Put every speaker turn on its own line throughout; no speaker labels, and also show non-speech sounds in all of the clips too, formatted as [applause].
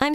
I'm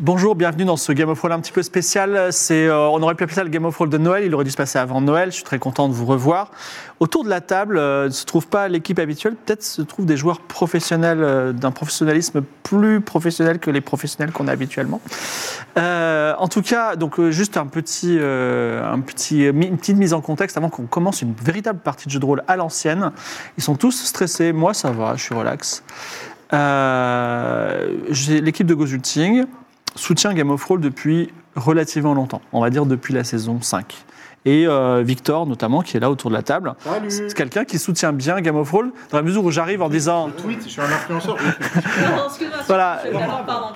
Bonjour, bienvenue dans ce Game of Roll un petit peu spécial. C'est, euh, on aurait pu appeler ça le Game of Roll de Noël, il aurait dû se passer avant Noël, je suis très content de vous revoir. Autour de la table euh, ne se trouve pas l'équipe habituelle, peut-être se trouvent des joueurs professionnels euh, d'un professionnalisme plus professionnel que les professionnels qu'on a habituellement. Euh, en tout cas, donc euh, juste un petit, euh, un petit, mi- une petite mise en contexte avant qu'on commence une véritable partie de jeu de rôle à l'ancienne. Ils sont tous stressés, moi ça va, je suis relax. Euh, j'ai l'équipe de Gozulting soutient Game of Roll depuis relativement longtemps, on va dire depuis la saison 5. Et euh, Victor, notamment, qui est là autour de la table, c'est quelqu'un qui soutient bien Game of Roll, dans la mesure où j'arrive en disant
tweet, je suis un influenceur.
Voilà.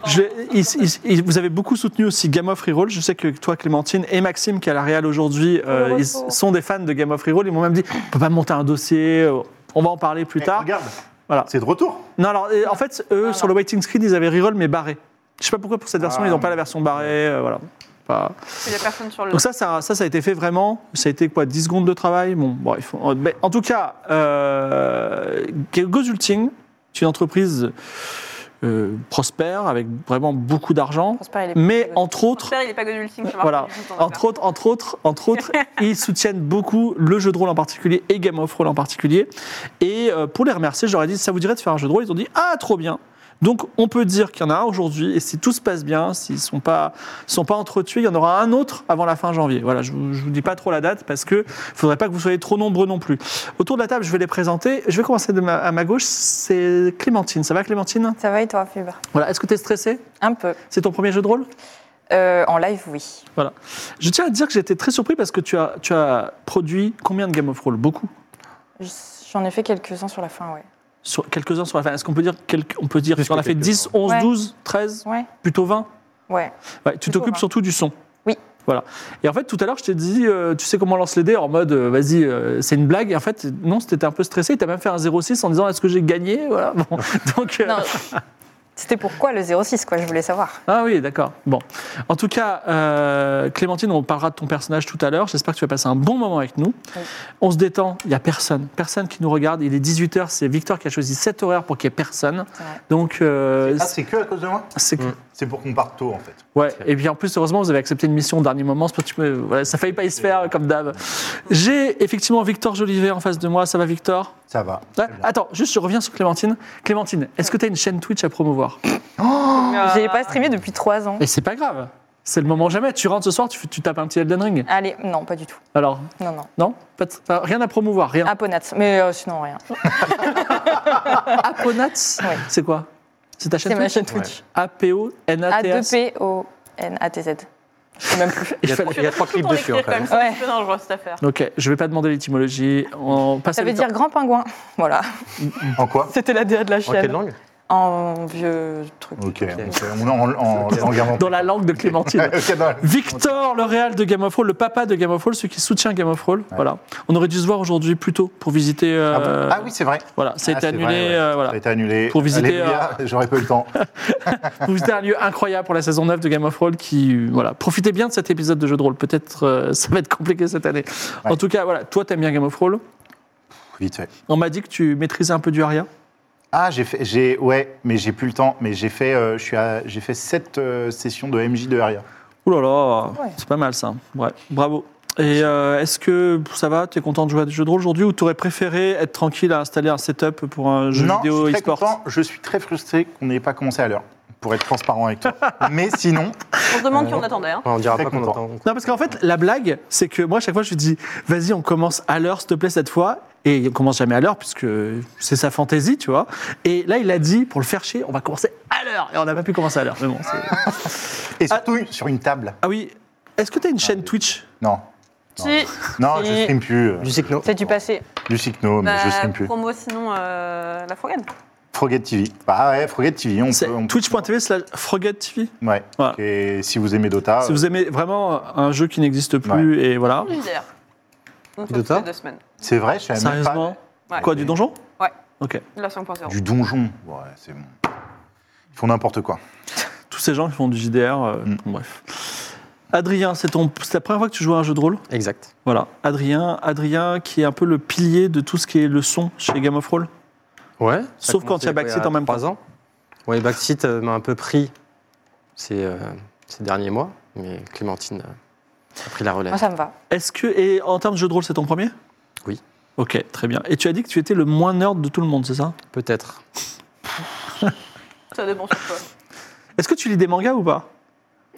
Je- il- il- il- vous avez beaucoup soutenu aussi Game of Reroll. Je sais que toi, Clémentine et Maxime, qui est à la Real aujourd'hui, euh, ils sont des fans de Game of Reroll. Ils m'ont même dit on peut pas monter un dossier, euh, on va en parler plus tard.
Regarde,
Voilà.
c'est de retour.
Non, alors, euh, en fait, eux, sur le waiting screen, ils avaient Reroll, mais barré. Je sais pas pourquoi pour cette version,
Ah.
ils n'ont pas la version barrée. euh, voilà. Pas-
Il y a personne sur le.
Donc ça ça, ça, ça a été fait vraiment. Ça a été quoi 10 secondes de travail Bon, bon, il faut- mais en tout cas, euh, Gozulting, c'est une entreprise euh, prospère avec vraiment beaucoup d'argent.
Prosper, il est pas
Mais
Godulting.
entre autres,
Prosper, il est pas Godulting, ça marche
voilà,
pas du tout, on va
entre autres, entre autres, entre
[laughs]
autres, ils soutiennent beaucoup le jeu de rôle en particulier et Game of Roll en particulier. Et euh, pour les remercier, j'aurais dit ça vous dirait de faire un jeu de rôle. Ils ont dit ah trop bien. Donc on peut dire qu'il y en a un aujourd'hui et si tout se passe bien, s'ils sont pas ils sont pas entretués, il y en aura un autre avant la fin janvier. Voilà, je vous, je vous dis pas trop la date parce que faudrait pas que vous soyez trop nombreux non plus. Autour de la table, je vais les présenter. Je vais commencer de ma- à ma gauche, c'est Clémentine. Ça va Clémentine
faire. Ça va et toi, Fibre
Voilà, est-ce que tu es stressée
Un peu.
C'est ton premier jeu de rôle
Euh, en live, oui.
Je tiens à te dire que j'étais très surpris parce que tu as, tu as produit combien de Game of Roll Beaucoup.
J'en ai fait quelques-uns sur la fin, ouais.
Sur, quelques-uns sur la fin. Est-ce qu'on peut dire quelques- on peut dire
Plus
qu'on
que
a fait
quelques-uns.
10, 11,
Ouais.
12, 13,
Ouais,
plutôt 20
ouais.
Ouais, Tu
Plutôt
t'occupes
20.
surtout du son.
Oui.
Voilà. Et en fait, tout à l'heure, je t'ai dit, euh, tu sais comment lance les dés en mode, euh, vas-y, euh, c'est une blague. Et en fait, non, c'était un peu stressé. Tu as même fait un 0,6 en disant, est-ce que j'ai gagné Voilà. Bon. [laughs] Donc, euh,
Non. C'était pourquoi le 06, quoi, je voulais savoir.
Ah oui, d'accord. Bon. En tout cas, euh, Clémentine, on parlera de ton personnage tout à l'heure. J'espère que tu vas passer un bon moment avec nous.
Oui.
On se détend. Il n'y a personne. Personne qui nous regarde. Il est 18h. C'est Victor qui a choisi cet horaire pour qu'il n'y ait personne.
C'est vrai.
Donc, euh,
Ah, c'est que à cause de moi
c'est. que-
C'est pour qu'on parte tôt, en fait.
Ouais. Et puis en plus, heureusement, vous avez accepté une mission au dernier moment. C'est pas- tu peux- voilà, ça ne faillit pas y se faire, comme d'hab. J'ai effectivement Victor Jolivet en face de moi. Ça va, Victor
Ça va.
Ouais.
Très bien.
Attends, juste, je reviens sur Clémentine. Clémentine, est-ce que tu as une chaîne Twitch à promouvoir
J'ai pas streamé depuis 3 ans.
Et Eh, c'est pas grave. C'est le moment jamais. Tu rentres ce soir, tu, fais- tu tapes un petit Elden Ring.
Allez, non, pas du tout.
Alors,
Non, non.
non Pas de- enfin, Rien à promouvoir, rien.
Aponat, mais euh, sinon rien.
Aponats [laughs]
Ouais.
C'est quoi C'est ta chaîne
C'est ma
Twitch
chaîne Twitch.
A-P-O-N-A-T-S
A2P-O-N-A-T-Z. Je sais même plus.
Il fallait-
Il y a trois clips dessus hein, quand même.
[laughs] Ouais.
C'est dangereux cette affaire.
Ok, je vais pas demander l'étymologie. On passe
Ça
à
veut
Victor.
dire grand pingouin. Voilà.
En quoi
C'était la DA de la
En quelle
chaîne.
langue
En vieux truc.
Ok, ok, on est en, en, en, en guerre
Dans la langue de Clémentine.
[laughs] Ok, dans la-
Victor, le réal de Game of Roll, le papa de Game of Roll, celui qui soutient Game of Roll. Voilà. On aurait dû se voir aujourd'hui plus tôt pour visiter. euh,
Ah, bon Ah oui, c'est vrai.
Voilà, ça a
Ah,
été
c'est
annulé.
vrai, ouais.
euh,
Ça a
voilà.
été annulé.
Pour visiter, euh,
Alléluia, [laughs] j'aurais pas eu
[laughs]
le temps.
Pour visiter un lieu incroyable pour la saison 9 de Game of Roll qui. euh, Voilà. Profitez bien de cet épisode de jeu de rôle. Peut-être euh, [laughs] ça va être compliqué cette année. En
Ouais.
tout cas, voilà. Toi, t'aimes bien Game of Roll.
Vite fait.
On m'a dit que tu maîtrisais un peu du Aria.
Ah, j'ai fait, j'ai, ouais, mais j'ai plus le temps. Mais j'ai fait, euh, je suis à- j'ai fait sept euh, sessions de MJ de Aria.
Ouh là là,
Ouais.
c'est pas mal ça. Ouais, bravo. Et euh, est-ce que ça va T'es content de jouer à des jeux de rôle aujourd'hui ou t'aurais préféré être tranquille à installer un setup pour un jeu
non,
vidéo
je suis très
e-sport [laughs]
content. Je suis très frustré qu'on n'ait pas commencé à l'heure, pour être transparent avec toi. mais sinon,
On se demande qui on attendait. hein.
Ouais, on dira
Très
pas qu'on
content.
entend.
Non, parce qu'en fait, la blague, c'est que moi, à chaque fois, je lui dis vas-y, on commence à l'heure, s'il te plaît, cette fois. Et on commence jamais à l'heure, puisque c'est sa fantaisie, tu vois. Et là, il a dit pour le faire chier, on va commencer à l'heure. Et on n'a pas pu commencer à l'heure. Mais bon, c'est-
Et surtout sur une table.
ah oui, Ah est-ce que tu as une chaîne Twitch
Non.
Si.
Non,
Si.
je stream plus. euh,
Du cyclo.
C'est du passé.
Du Cycno, mais je
Bah,
stream plus.
promo sinon euh, la fourgade.
Frogate TV. Bah ouais, Frogate TV, on
C'est
peut. on-
twitch.tv slash Frogate TV.
Ouais.
Voilà.
Et si vous aimez
Ah
Dota,
Si vous aimez vraiment un jeu qui n'existe plus, et voilà.
Une bière. On se
De
retrouve
ça
ces deux semaines.
c'est vrai, je savais même pas.
Sérieusement
Ouais.
Quoi, du donjon
Ouais.
Ok.
La 5.0.
Du donjon. Ouais, c'est bon. Ils font n'importe quoi.
Tous ces gens qui font du JDR, euh,
Mm.
bon, bref. Adrien, c'est ton- c'est la première fois que tu joues à un jeu de rôle
Exact.
Voilà, Adrien, Adrien qui est un peu le pilier de tout ce qui est le son chez Game of Roll.
Ouais.
Sauf quand il y a Backseat en même temps.
trois ans. Oui, Backseat euh, m'a un peu pris ces, euh, ces derniers mois, mais Clémentine euh, a pris la relève.
Moi, ça me va.
Est-ce que, et en termes de jeu de rôle, c'est ton premier
Oui.
Ok, très bien. Et tu as dit que tu étais le moins nerd de tout le monde, c'est ça
Peut-être.
Ça dépend sur
[laughs]
quoi.
Est-ce que tu lis des mangas ou pas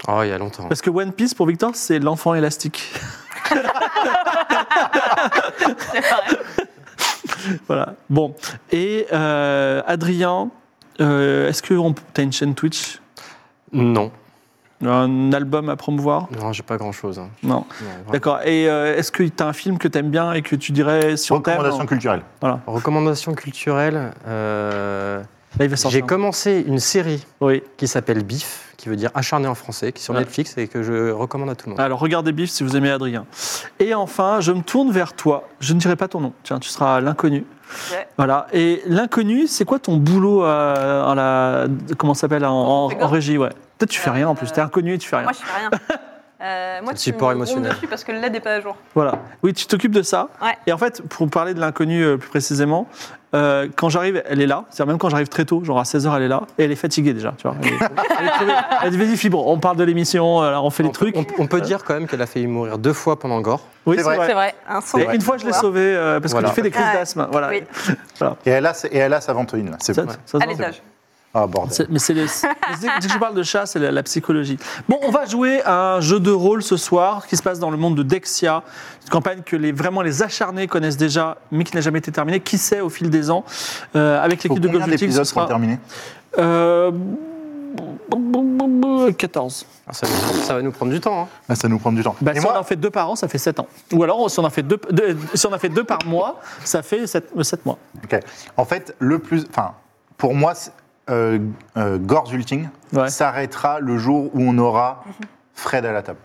Oh, il y a longtemps.
Parce que One Piece, pour Victor, c'est l'enfant élastique.
C'est pareil.
voilà. Bon. Et euh, Adrien, euh, est-ce que tu as une chaîne Twitch
Non,
Un album à promouvoir
non, j'ai pas grand-chose. hein.
Non.
Non, vraiment.
D'accord. Et euh, est-ce que tu as un film que tu aimes bien et que tu dirais si on t'aime
Recommandation culturelle.
Recommandations culturelles. euh,
Là, il va sortir.
j'ai commencé une série
Oui.
qui s'appelle Bif, qui veut dire acharné en français, qui est sur
Ah.
Netflix et que je recommande à tout le monde.
Alors regardez Biff si vous aimez Adrien. Et enfin, je me tourne vers toi. Je ne dirai pas ton nom. Tiens, tu seras l'inconnu.
Ouais.
Voilà. Et l'inconnu, c'est quoi ton boulot euh, en la comment ça s'appelle en, en- en régie Ouais. Peut-être tu fais rien en plus. T'es inconnu et tu fais rien.
Euh, Moi, je fais rien. Euh, moi,
le
tu
support
me
émotionnel.
rondes dessus parce que le LED n'est pas à jour.
Voilà. Oui, tu t'occupes de ça.
Ouais.
Et en fait, pour parler de l'inconnu euh, plus précisément, euh, quand j'arrive, elle est là. C'est-à-dire même quand j'arrive très tôt, genre à 16h, elle est là. Et elle est fatiguée déjà. Tu vois. Elle, est, elle
[laughs]
est crevée. Elle dit, vas-y, fibre, on parle de l'émission, euh, on fait les
on, peut-
trucs.
on- on peut dire quand même qu'elle a failli mourir deux fois pendant Gore.
Oui,
C'est vrai.
C'est vrai. Un son.
Et une fois, je l'ai sauvée euh, parce
Voilà.
que tu fais des crises
Ah ouais.
d'asthme. [laughs] Voilà.
Oui.
Et elle a, et elle a sa ventoline. là. C'est
Ça-
bon.
ça se
À
voit.
l'étage.
Ah, bordel.
C'est- Mais
[laughs]
c'est le- mais dès, dès que je parle de chat, c'est la, la psychologie. Bon, on va jouer à un jeu de rôle ce soir qui se passe dans le monde de Dexia, une campagne que les, vraiment les acharnés connaissent déjà, mais qui n'a jamais été terminée. Qui sait au fil des ans Euh, Avec
Faut
l'équipe de
combien
Golf Meeting, ce
d'épisodes sont
sera
terminés
euh, 14.
Ah, ça, va nous- ça va nous prendre du temps. hein.
Ah, Ça nous prend du temps.
Bah,
et
si on
moi,
en fait deux par an, ça fait 7 ans. Ou alors, si on en fait deux, deux- si on en fait deux par mois, ça fait 7, mois.
ok. en fait, le plus. Enfin, pour moi, c'est- euh, euh, Gore Zulting
Ouais.
s'arrêtera le jour où on aura Fred à la table.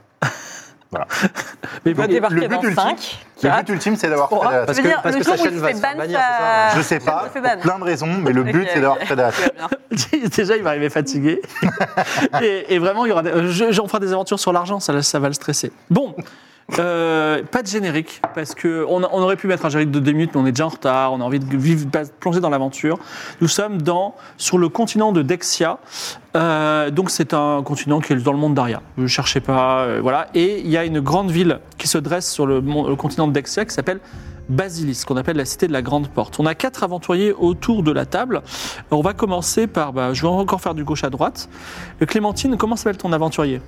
Mais
On va
pas des-
débarquer
le but
dans
ultime.
5,
Le
4.
but ultime, c'est d'avoir Fred à la table.
Parce
Je
que-
veux dire,
parce
le
que sa
jour où
chaîne
il se
va
fait
se faire
ban,
bannir,
ça...
c'est
Je sais pas,
Ça fait
pour
ban.
plein de raisons, mais le but,
Ah, Ok,
c'est d'avoir
ok.
Fred à la table.
Très bien.
[laughs] Déjà, il va arriver fatigué. et, et vraiment, il y aura des- euh, je- j'en ferai des aventures sur l'argent, ça, ça va le stresser. Bon, euh, pas de générique, parce que on, a- on aurait pu mettre un générique de 2 minutes, mais on est déjà en retard, on a envie de vivre, pas- plonger dans l'aventure. Nous sommes dans, sur le continent de Dexia. Euh, donc, c'est un continent qui est dans le monde d'Aria. Ne cherchez pas, euh, voilà. Et il y a une grande ville qui se dresse sur le, mon- le continent de Dexia qui s'appelle Basilis, qu'on appelle la cité de la Grande Porte. On a quatre aventuriers autour de la table. On va commencer par. bah, je vais encore faire du gauche à droite. Euh, Clémentine, comment s'appelle ton aventurier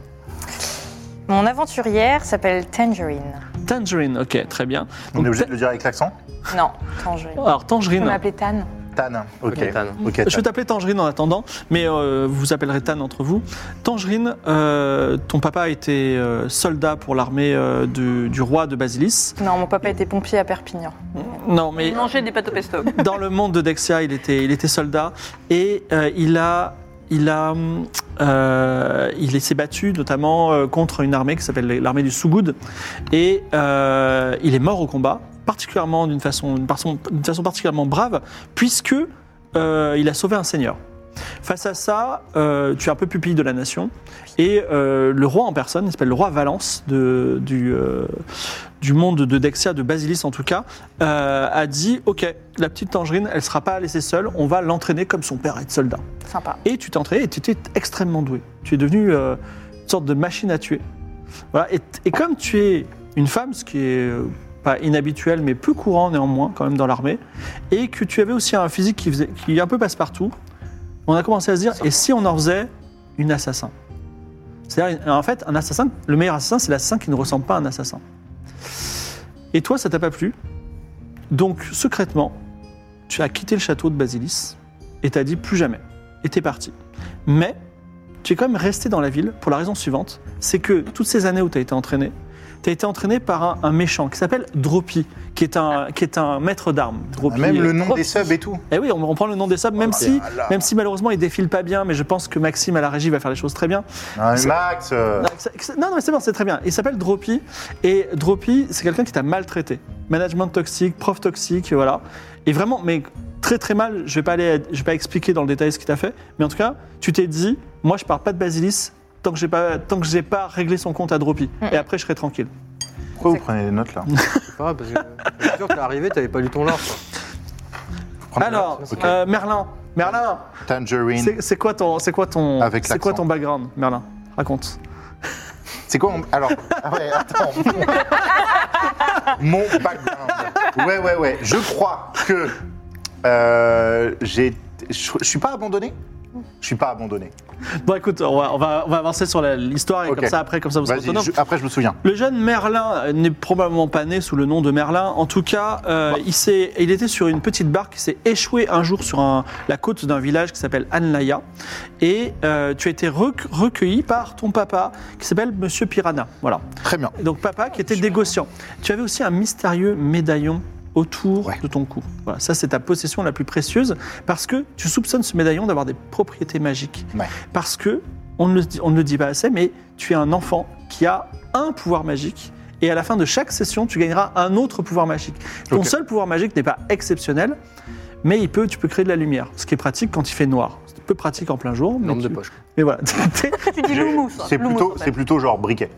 Mon aventurière s'appelle Tangerine.
Tangerine, ok, très bien.
On est
Donc,
obligé
ta-
de le dire avec l'accent
Non, Tangerine.
Alors,
On
Tangerine.
m'appelait Tan.
Tan. Ok.
Ok, Tan.
Ok,
Je vais t'appeler Tangerine en attendant, mais euh, vous vous appellerez Tan entre vous. Tangerine, euh, ton papa était euh, soldat pour l'armée euh, du, du roi de Basilis.
Non, mon papa était pompier à Perpignan.
Non, mais
Il mangeait des pâtes au pesto.
dans le monde de Dexia, il était, il était soldat et euh, il a. Il, a, hum, euh, il est- s'est battu notamment euh, contre une armée qui s'appelle l'armée du Sougoud et euh, il est mort au combat, particulièrement d'une façon, d'une façon, d'une façon particulièrement brave, puisque euh, il a sauvé un seigneur. Face à ça, euh, tu es un peu pupille de la nation et euh, le roi en personne, il s'appelle le roi Valence de, du, euh, du monde de Dexia, de Basilis en tout cas, euh, a dit Ok, la petite tangerine, elle sera pas laissée seule, on va l'entraîner comme son père être soldat.
Sympa.
Et tu t'es entraîné et tu étais extrêmement doué. Tu es devenu euh, une sorte de machine à tuer. Voilà. Et, et comme tu es une femme, ce qui est euh, pas inhabituel mais peu courant néanmoins quand même dans l'armée, et que tu avais aussi un physique qui, faisait, qui un peu passe-partout, on a commencé à se dire et si on en faisait une assassin C'est-à-dire, en fait, un assassin, le meilleur assassin, c'est l'assassin qui ne ressemble pas à un assassin. Et toi, ça t'a pas plu. Donc, secrètement, tu as quitté le château de Basilis et t'as dit plus jamais. Et t'es parti. Mais, tu es quand même resté dans la ville pour la raison suivante c'est que toutes ces années où t'as été entraîné, t'as été entraîné par un, un méchant qui s'appelle Dropi, qui est un, qui est un maître d'armes. Dropi,
Ah, Même
euh,
le nom des subs et tout.
eh oui, on, on prend le nom des subs,
Oh
même, si, même si malheureusement il défile pas bien, mais je pense que Maxime à la régie va faire les choses très bien.
Ah,
C'est-
Max, euh,
Non, c'est- c'est- non, non, mais c'est bon, c'est très bien. Il s'appelle Dropi, et Dropi, c'est quelqu'un qui t'a maltraité. Management toxique, prof toxique, voilà. Et vraiment, mais très très mal, je vais pas, aller, je vais pas expliquer dans le détail ce qu'il t'a fait, mais en tout cas, tu t'es dit, moi je pars pas de Basilis tant que j'ai pas, tant que j'ai pas réglé son compte à Dropi, et après je serai tranquille.
pourquoi vous prenez des notes
[laughs]
là
Je sais pas, parce que je suis sûr que t'es arrivé, t'avais pas lu ton lore. quoi.
Prendre des
Alors,
notes, ok.
euh, Merlin, Merlin,
Tangerine.
c'est- c'est quoi ton, c'est quoi ton,
Avec
c'est quoi
l'accent.
ton background, Merlin Raconte.
C'est quoi mon- Alors, ah ouais, attends. mon background. Ouais, ouais, ouais. Je crois que euh, j'ai. Je je suis pas abandonné. Je suis pas abandonné.
Bon, écoute, on va, on va, on va avancer sur la- l'histoire et
Ok.
comme ça, après, comme ça, vous serez
Vas-y,
autonome.
je- après je me souviens.
Le jeune Merlin euh, n'est probablement pas né sous le nom de Merlin. En tout cas, euh,
Bah.
il, s'est- il était sur une petite barque qui s'est échouée un jour sur un- la côte d'un village qui s'appelle Anlaya. Et euh, tu as été rec- recueilli par ton papa qui s'appelle Monsieur Piranha. Voilà.
Très bien.
Et Donc papa qui était négociant. Tu avais aussi un mystérieux médaillon autour
Ouais.
de ton cou. Voilà, ça c'est ta possession la plus précieuse parce que tu soupçonnes ce médaillon d'avoir des propriétés magiques.
Ouais.
Parce que on ne, le dit, on ne le dit pas assez, mais tu es un enfant qui a un pouvoir magique. Et à la fin de chaque session, tu gagneras un autre pouvoir magique. Ton
Ok.
seul pouvoir magique n'est pas exceptionnel, mais il peut, tu peux créer de la lumière, ce qui est pratique quand il fait noir. C'est peu pratique en plein jour, mais,
Lampe de
tu-
poche.
mais voilà. [laughs] T'es-
Tu dis Loumous. hein.
C'est
Loumous,
plutôt,
en fait.
c'est plutôt genre
[laughs]
briquet.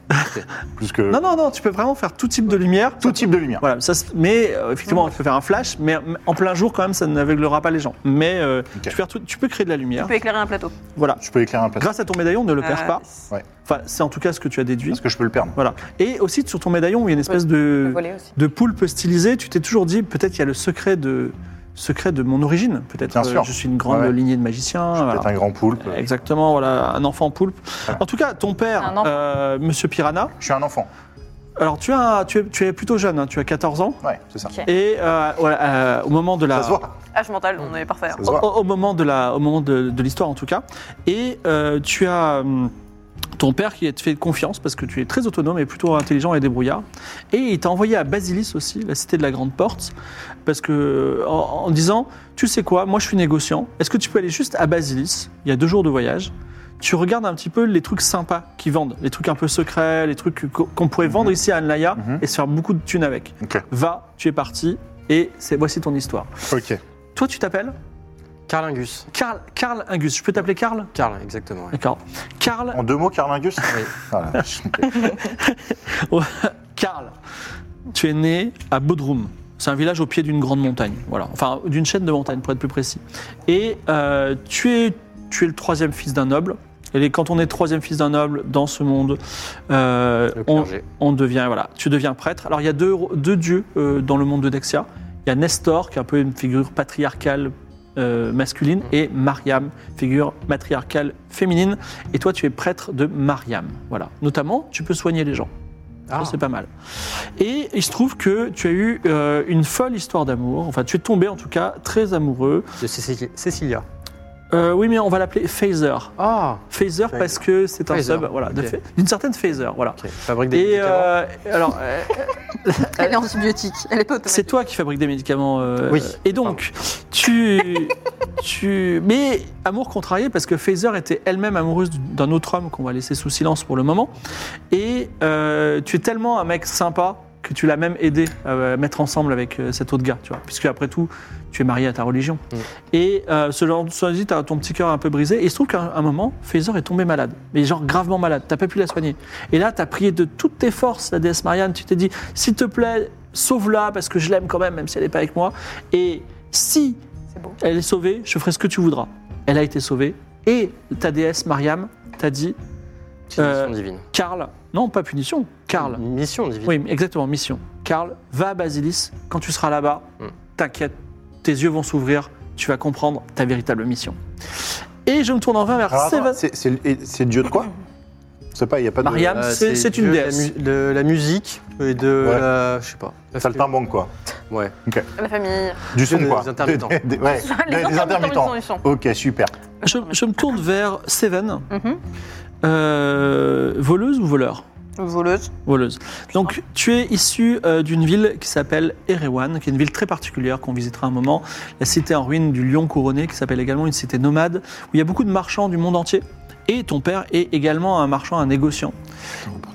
Plus que
non, non, non, tu peux vraiment faire tout type de lumière.
tout type de lumière.
Voilà, ça, c'est- mais euh, effectivement, on peut faire un flash, mais en plein jour, quand même, ça n'aveuglera pas les gens. Mais euh,
Ok.
tu, peux faire tout- tu peux créer de la lumière.
Tu peux éclairer un plateau.
Voilà.
Je peux éclairer un plastique.
Grâce à ton médaillon, ne le perds
Euh,
pas.
Ouais.
Enfin, c'est en tout cas ce que tu as déduit.
Parce que je peux le perdre.
Voilà. Et aussi, sur ton médaillon, il y a une espèce de,
Voler aussi.
de poulpe stylisée. Tu t'es toujours dit, peut-être il y a le secret de, secret de mon origine. Peut-être euh,
Bien sûr.
je suis une grande
Ouais, ouais.
lignée de magiciens.
Je peux
Ah, voilà.
être un grand poulpe.
Exactement, voilà, un enfant poulpe.
Voilà.
En tout cas, ton père,
Un enfant.
euh, Monsieur Piranha,
Je suis un enfant.
alors tu, as, tu, es, tu es plutôt jeune, hein, tu as 14 ans.
Ouais, c'est ça.
Ok.
Et euh, voilà, euh, au moment de la...
Ça se voit.
Âge mental, on est parfait. hein.
Ça se
au,
voit.
au- au moment de la, au moment de, de l'histoire en tout cas. Et euh, tu as hum, ton père qui te fait confiance parce que tu es très autonome et plutôt intelligent et débrouillard. Et il t'a envoyé à Basilis aussi, la cité de la Grande Porte, parce que en, en disant, tu sais quoi, moi je suis négociant. Est-ce que tu peux aller juste à Basilis Il y a deux jours de voyage. Tu regardes un petit peu les trucs sympas qui vendent, les trucs un peu secrets, les trucs qu'on qu'on pourrait vendre ici à Anlaya
Mhm.
et se faire beaucoup de thunes avec.
Ok.
Va, tu es parti et c'est voici ton histoire.
Ok.
Toi, tu t'appelles
Carlingus.
Carl, Carl Ingus, je peux t'appeler Carl
Carl, exactement. ouais.
D'accord. Carl,
En deux mots, Carlingus
Oui.
Voilà.
Carl, tu es né à Bodrum. C'est un village au pied d'une grande montagne, voilà. Enfin, d'une chaîne de montagnes, pour être plus précis. Et euh, tu, es, tu es le troisième fils d'un noble. Et les- quand on est troisième fils d'un noble dans ce monde, euh,
Le
on,
clergé.
on devient, voilà, tu deviens prêtre. Alors, il y a deux, deux dieux euh, dans le monde de Dexia. Il y a Nestor, qui est un peu une figure patriarcale euh, masculine,
Mm.
et Mariam, figure matriarcale féminine. Et toi, tu es prêtre de Mariam. Voilà. Notamment, tu peux soigner les gens. Ça,
Ah.
C'est pas mal. Et il se trouve que tu as eu euh, une folle histoire d'amour. Enfin, tu es tombé, en tout cas, très amoureux.
De Cécil- Cécilia.
Euh, oui, mais on va l'appeler Phaser.
Ah
Phaser parce que c'est un
Phaser,
sub, voilà, de
ok.
fait- d'une certaine Phaser, voilà.
Ok, Fabrique des
Et
médicaments.
euh, alors, euh,
Elle est antibiotique. Elle est pas
C'est
automatique.
toi qui fabriques des médicaments. euh,
Oui.
Et donc, tu, tu. Mais amour contrarié, parce que Phaser était elle-même amoureuse d'un autre homme qu'on va laisser sous silence pour le moment. Et euh, tu es tellement un mec sympa que tu l'as même aidé à mettre ensemble avec euh, cet autre gars, tu vois. Puisque, après tout, tu es marié à ta religion.
Mm.
Et euh, ce genre cela dit, t'as ton petit cœur un peu brisé. Et il se trouve qu'à un- un moment, Phaser est tombé malade. Mais genre gravement malade. T'as pas pu la soigner. Et là, t'as prié de toutes tes forces la déesse Marianne. Tu t'es dit, s'il te plaît, sauve-la parce que je l'aime quand même, même si elle n'est pas avec moi. Et si
C'est beau.
elle est sauvée, je ferai ce que tu voudras. Elle a été sauvée. Et ta déesse Mariam t'a dit,
Petite
euh,
mission divine.
Karl, non, pas punition, Karl,
Une mission divine.
oui, exactement, mission. Karl, va à Basilis. Quand tu seras là-bas,
Mm.
t'inquiète, tes yeux vont s'ouvrir. Tu vas comprendre ta véritable mission. Et je me tourne en vain vers
Alors, attends,
Séva-
c'est- C'est et c'est le dieu de quoi sais pas, il n'y a pas de.
Mariam,
Euh,
c'est c'est une
de la
déesse.
mu- de la musique et de
Ouais.
la. Je sais pas. la flûte.
Saltimbanque, quoi.
Ouais.
[laughs]
La famille.
Du son,
Des-
quoi.
des intermittents.
Des- des-
[laughs]
ouais, des- des intermittents.
ils sont.
Ok, super.
Je, je me tourne vers Seven.
Mhm.
Euh, voleuse ou voleur
Voleuse.
Voleuse. Donc, tu es issu euh, d'une ville qui s'appelle Erewan, qui est une ville très particulière qu'on visitera un moment. La cité en ruine du Lion couronné, qui s'appelle également une cité nomade, où il y a beaucoup de marchands du monde entier. Et ton père est également un marchand, un négociant.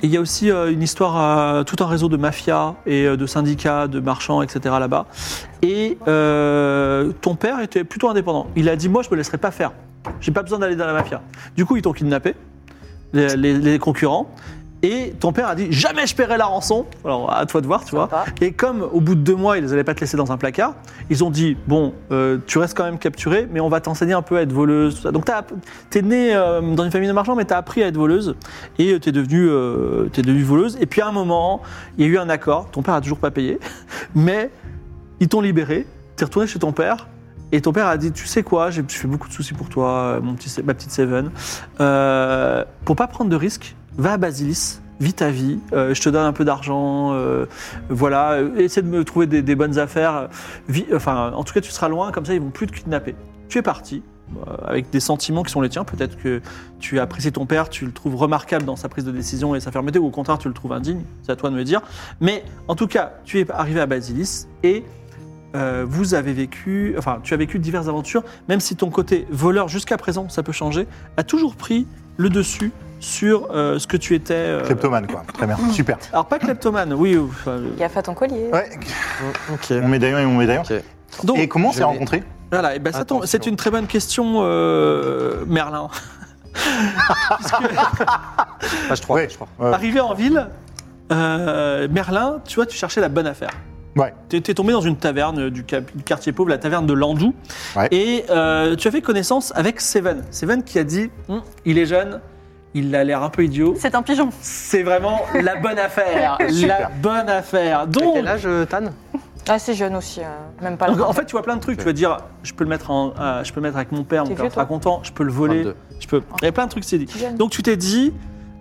Et il y a aussi euh, une histoire, euh, tout un réseau de mafias et euh, de syndicats, de marchands, etc. là-bas. Et euh, ton père était plutôt indépendant. Il a dit Moi, je me laisserai pas faire. J'ai pas besoin d'aller dans la mafia. Du coup, ils t'ont kidnappé, les, les- les concurrents. Et ton père a dit Jamais je paierai la rançon. Alors, à toi de voir, tu vois.
Sympa.
Et comme au bout de deux mois, ils n'allaient pas te laisser dans un placard, ils ont dit Bon, euh, tu restes quand même capturé, mais on va t'enseigner un peu à être voleuse. tout ça. Donc, tu es né euh, dans une famille de marchands, mais tu as appris à être voleuse et tu es, devenue euh, t'es devenue voleuse. Et puis, à un moment, il y a eu un accord. Ton père a toujours pas payé, [laughs] mais ils t'ont libéré. Tu es retourné chez ton père. Et ton père a dit, tu sais quoi, j'ai je fais beaucoup de soucis pour toi, euh, mon petit, ma petite Seven. Euh, pour pas prendre de risques, va à Basilis, vis ta vie, euh, je te donne un peu d'argent, euh, voilà, euh, essaie de me trouver des, des bonnes affaires. euh, vis- enfin, en tout cas, tu seras loin, comme ça, ils vont plus te kidnapper. Tu es parti, euh, avec des sentiments qui sont les tiens. Peut-être que tu apprécies ton père, tu le trouves remarquable dans sa prise de décision et sa fermeté, ou au contraire, tu le trouves indigne. C'est à toi de me dire. Mais en tout cas, tu es arrivé à Basilis et euh, vous avez vécu, enfin, tu as vécu diverses aventures, même si ton côté voleur jusqu'à présent, ça peut changer, a toujours pris le dessus sur euh, ce que tu étais. euh,
Kleptomane, quoi. Très bien. Super.
alors pas kleptomane, oui. enfin, euh,
Gaffe à ton collier.
Ouais,
Oh, Ok.
mon médaillon et mon médaillon.
Ok.
donc
Et comment on
je
s'est
l'ai-
rencontrés
voilà, et ben, ça
Attention.
tombe- c'est une très bonne question, euh, Merlin.
Ah
Page 3,
Ouais.
je crois.
Euh.
Arrivé en ville, euh, Merlin, tu vois, tu cherchais la bonne affaire.
Ouais.
Tu étais tombé dans une taverne du, cap- du quartier pauvre, la taverne de Landou.
Ouais.
Et euh, tu as fait connaissance avec Seven. Seven qui a dit Hum, il est jeune, il a l'air un peu idiot.
C'est un pigeon.
C'est vraiment la bonne affaire. la
[laughs] Super.
bonne affaire.
À
Donc,
quel âge, euh, Tan
Ah, c'est jeune aussi, hein. même pas
donc, [laughs]
là.
en fait, tu vois plein de trucs. Tu vas dire je peux le mettre, en, euh, je peux le mettre avec mon père, mon
T'es
père
vieux,
sera
toi.
content, je peux le voler.
22.
Je peux. Il y a plein de trucs qui s'est dit.
Jeune.
Donc tu t'es dit,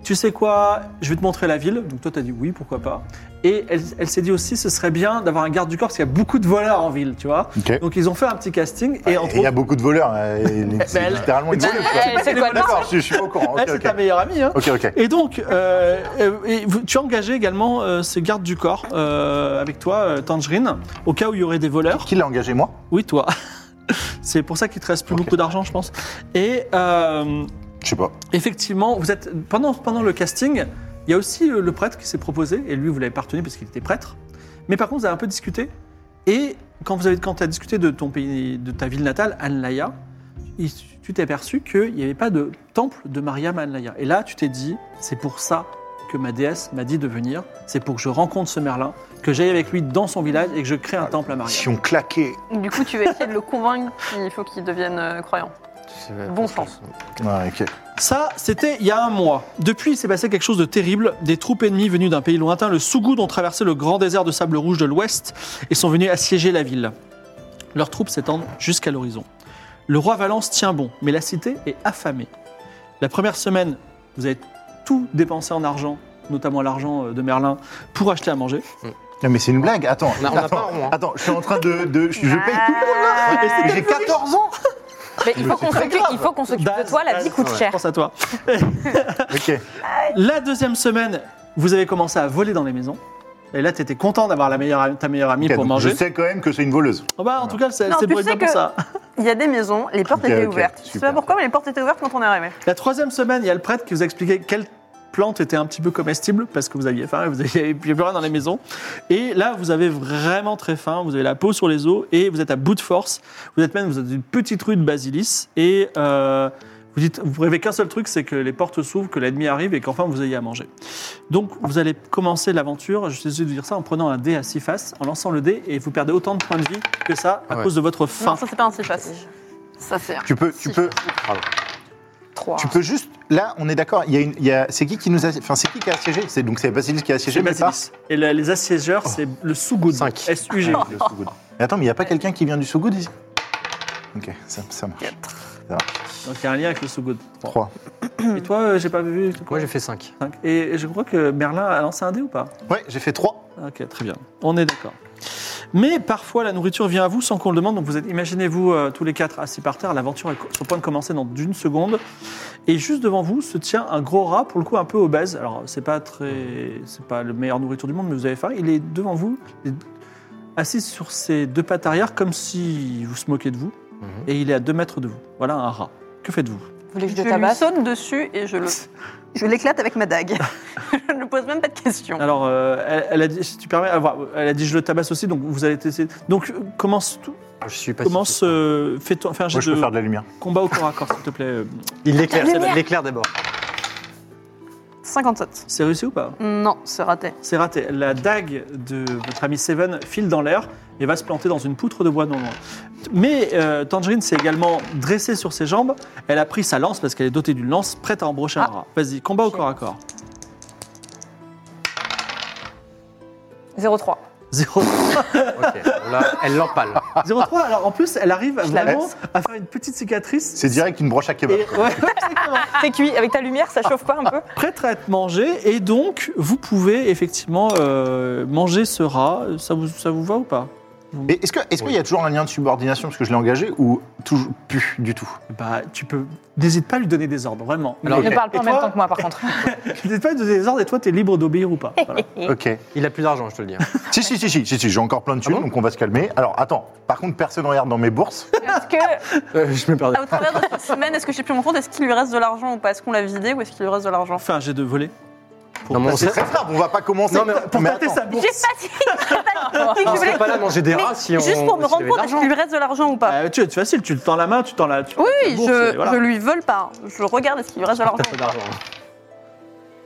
tu sais quoi, je vais te montrer la ville. Donc toi t'as dit oui, pourquoi pas. Et elle, elle s'est dit aussi, ce serait bien d'avoir un garde du corps parce qu'il y a beaucoup de voleurs en ville, tu vois.
Ok.
Donc ils ont fait un petit casting et
Et
entre
Il y a
autres,
beaucoup de voleurs. euh, et les- C'est
elle-
littéralement une
Bah,
voleuse,
elle-
quoi.
Eh, c'est quoi le
D'accord, je je suis au courant.
elle,
Ok,
c'est
ok.
ta meilleure amie. hein.
Ok, ok.
Et donc, euh, euh, et vous- tu as engagé également euh, ce garde du corps euh, avec toi, euh, Tangerine, au cas où il y aurait des voleurs.
Qui l'a engagé, moi
Oui, toi. [laughs] C'est pour ça qu'il te reste plus
Ok.
beaucoup d'argent, je pense. Et euh,
Je sais pas.
Effectivement, vous êtes pendant, pendant le casting, il y a aussi euh, le prêtre qui s'est proposé, et lui, vous l'avez pas retenu parce qu'il était prêtre. Mais par contre, vous avez un peu discuté, et quand vous avez quand as discuté de ton pays, de ta ville natale, Anlaya, il- tu t'es aperçu qu'il n'y avait pas de temple de Mariam à Anlaya. Et là, tu t'es dit, c'est pour ça que ma déesse m'a dit de venir, c'est pour que je rencontre ce Merlin, que j'aille avec lui dans son village et que je crée un temple à Mariam.
Si on claquait.
Du coup, tu vas essayer de le convaincre qu'il faut qu'il devienne euh, croyant. Bon sens.
Ouais, ok.
Ça, c'était il y a un mois. Depuis, il s'est passé quelque chose de terrible. Des troupes ennemies venues d'un pays lointain, le Sougoud, ont traversé le grand désert de sable rouge de l'ouest et sont venus assiéger la ville. Leurs troupes s'étendent jusqu'à l'horizon. Le roi Valence tient bon, mais la cité est affamée. La première semaine, vous avez tout dépensé en argent, notamment l'argent euh, de Merlin, pour acheter à manger.
Non, mais c'est une blague. Attends.
On a- on a
attends,
pas un rond, hein.
attends, je suis en train de. de- je, je
Ah,
paye tout
Ah.
le monde là. J'ai 14 ans.
Mais il faut qu'on
c'est très
s'occupe
grave.
il faut qu'on s'occupe de
Base,
toi, la vie
base,
coûte
ouais,
cher.
Pense à toi.
Ok.
La deuxième semaine, vous avez commencé à voler dans les maisons. Et là, tu étais content d'avoir la meilleure, ta meilleure amie
Ok,
pour
donc
manger.
Je sais quand même que c'est une voleuse.
Oh bah, en tout cas, c'est
Non,
c'est
tu
pour,
sais
bien pour
que-
ça.
Il y a des maisons, les portes
Ok,
étaient
ok,
ouvertes. Je sais
super.
pas pourquoi, mais les portes étaient ouvertes quand on est arrivé.
La troisième semaine, il y a le prêtre qui vous a expliqué quelle plante était un petit peu comestible parce que vous aviez faim, et vous aviez plus rien dans les maisons. Et là, vous avez vraiment très faim, vous avez la peau sur les os et vous êtes à bout de force. Vous êtes même vous êtes dans une petite rue de Basilis et euh, vous dites, vous rêvez qu'un seul truc, c'est que les portes s'ouvrent, que l'ennemi arrive et qu'enfin vous ayez à manger. Donc vous allez commencer l'aventure, je suis désolé de vous dire ça, en prenant un dé à six faces, en lançant le dé et vous perdez autant de points de vie que ça à
Ouais.
cause de votre
Non,
faim.
ça c'est pas un si facile. Ça c'est.
Tu peux, tu
Si.
peux,
Trois.
tu peux juste. Là, on est d'accord. Il y a une. il y a- C'est qui qui nous a. Enfin, c'est qui qui a assiégé C'est donc c'est Basilis qui a assiégé.
C'est
mais pas-
Basilis. Et le- les assiégeurs, c'est le Sougoud.
Oh. Cinq.
S-U-G.
Le Sougoud. Mais attends, mais il n'y a pas quelqu'un qui vient du Sougoud ici Ok, ça, ça marche.
Donc il y a un lien avec le Sougoud.
3.
Et toi, euh, j'ai pas vu.
Moi, j'ai fait 5.
Cinq. Et je crois que Merlin a lancé un dé ou pas
Ouais, j'ai fait 3.
Ok, très bien. On est d'accord. Mais parfois, la nourriture vient à vous sans qu'on le demande. Donc, vous êtes, imaginez-vous euh, tous les quatre assis par terre. L'aventure est co- sur le point de commencer dans une seconde. Et juste devant vous se tient un gros rat, pour le coup un peu obèse. Alors, c'est pas très, c'est pas le meilleur nourriture du monde, mais vous avez faim. Il est devant vous, il est assis sur ses deux pattes arrière, comme si vous se moquiez de vous. Et il est à deux mètres de vous. Voilà un rat. Que faites-vous
Vous voulez que je
Je
le
lui
tabasse
saute dessus et je le, [laughs] je l'éclate avec ma dague. [laughs] je ne pose même pas de questions.
Alors, euh, elle, elle a dit, si tu permets, elle va- elle a dit je le tabasse aussi, donc vous allez essayer. Donc, euh, commence, tout,
Je suis pas
commence, euh, fais-toi, fais un jet
Moi, je
de
peux faire de la lumière.
combat au corps à corps, s'il te plaît. euh,
Il l'éclaire,
Lumière.
c'est- l'éclaire d'abord.
57.
C'est réussi ou pas
Non, c'est raté.
C'est raté. La dague de votre ami Seven file dans l'air et va se planter dans une poutre de bois non loin. Mais euh, Tangerine s'est également dressée sur ses jambes. Elle a pris sa lance parce qu'elle est dotée d'une lance prête à embrocher un rat. Vas-y, combat au corps à corps.
0,3.
0
Ok, là, elle l'empale.
0,3. Alors en plus, elle arrive
la
vraiment à faire une petite cicatrice.
C'est direct une broche à
Et, [laughs]
kebab.
ouais, exactement.
C'est cuit. Avec ta lumière, ça chauffe pas un peu
Prête à être mangée. Et donc, vous pouvez effectivement euh, manger ce rat. Ça vous, ça vous va ou pas
Et est-ce que- est-ce qu'il y a toujours un lien de subordination parce que je l'ai engagé ou toujours plus du tout
Bah, tu peux. N'hésite pas à lui donner des ordres, vraiment.
Alors,
[laughs]
Ne parle pas
Et
en même
toi
temps que moi, par contre.
N'hésite pas à lui donner des ordres et toi, t'es libre d'obéir ou
[laughs]
pas. Voilà.
Ok.
Il a plus d'argent, je te le dis. hein.
Si, si, si, si, si, si, j'ai encore plein de thunes,
Ah bon
donc on va se calmer. Alors, attends, par contre, personne regarde dans mes bourses.
Parce que
Euh, je me perds.
Au travers de cette semaine, est-ce que j'ai pris mon compte Est-ce qu'il lui reste de l'argent ou pas Est-ce qu'on l'a vidé ou est-ce qu'il lui reste de l'argent
Enfin, j'ai de voler.
Non, mais on
C'est
serait,
très grave, on va pas commencer.
Non, mais
Pour
Mais
tâter
attends.
sa
J'ai
bourse.
pas dit, j'ai [laughs] pas dit
on
que je
serait
voulais-
pas là à manger des
Mais
rats si on.
Juste pour me
s'il
rendre
avait
compte, est-ce
l'argent.
qu'il lui reste de l'argent ou pas
Euh, tu vois, c'est facile, tu le tends la main, tu tends la. tu- la
Oui,
bourse,
je,
et voilà.
je lui vole pas. Je regarde est-ce qu'il lui reste de l'argent.
T'as pas d'argent.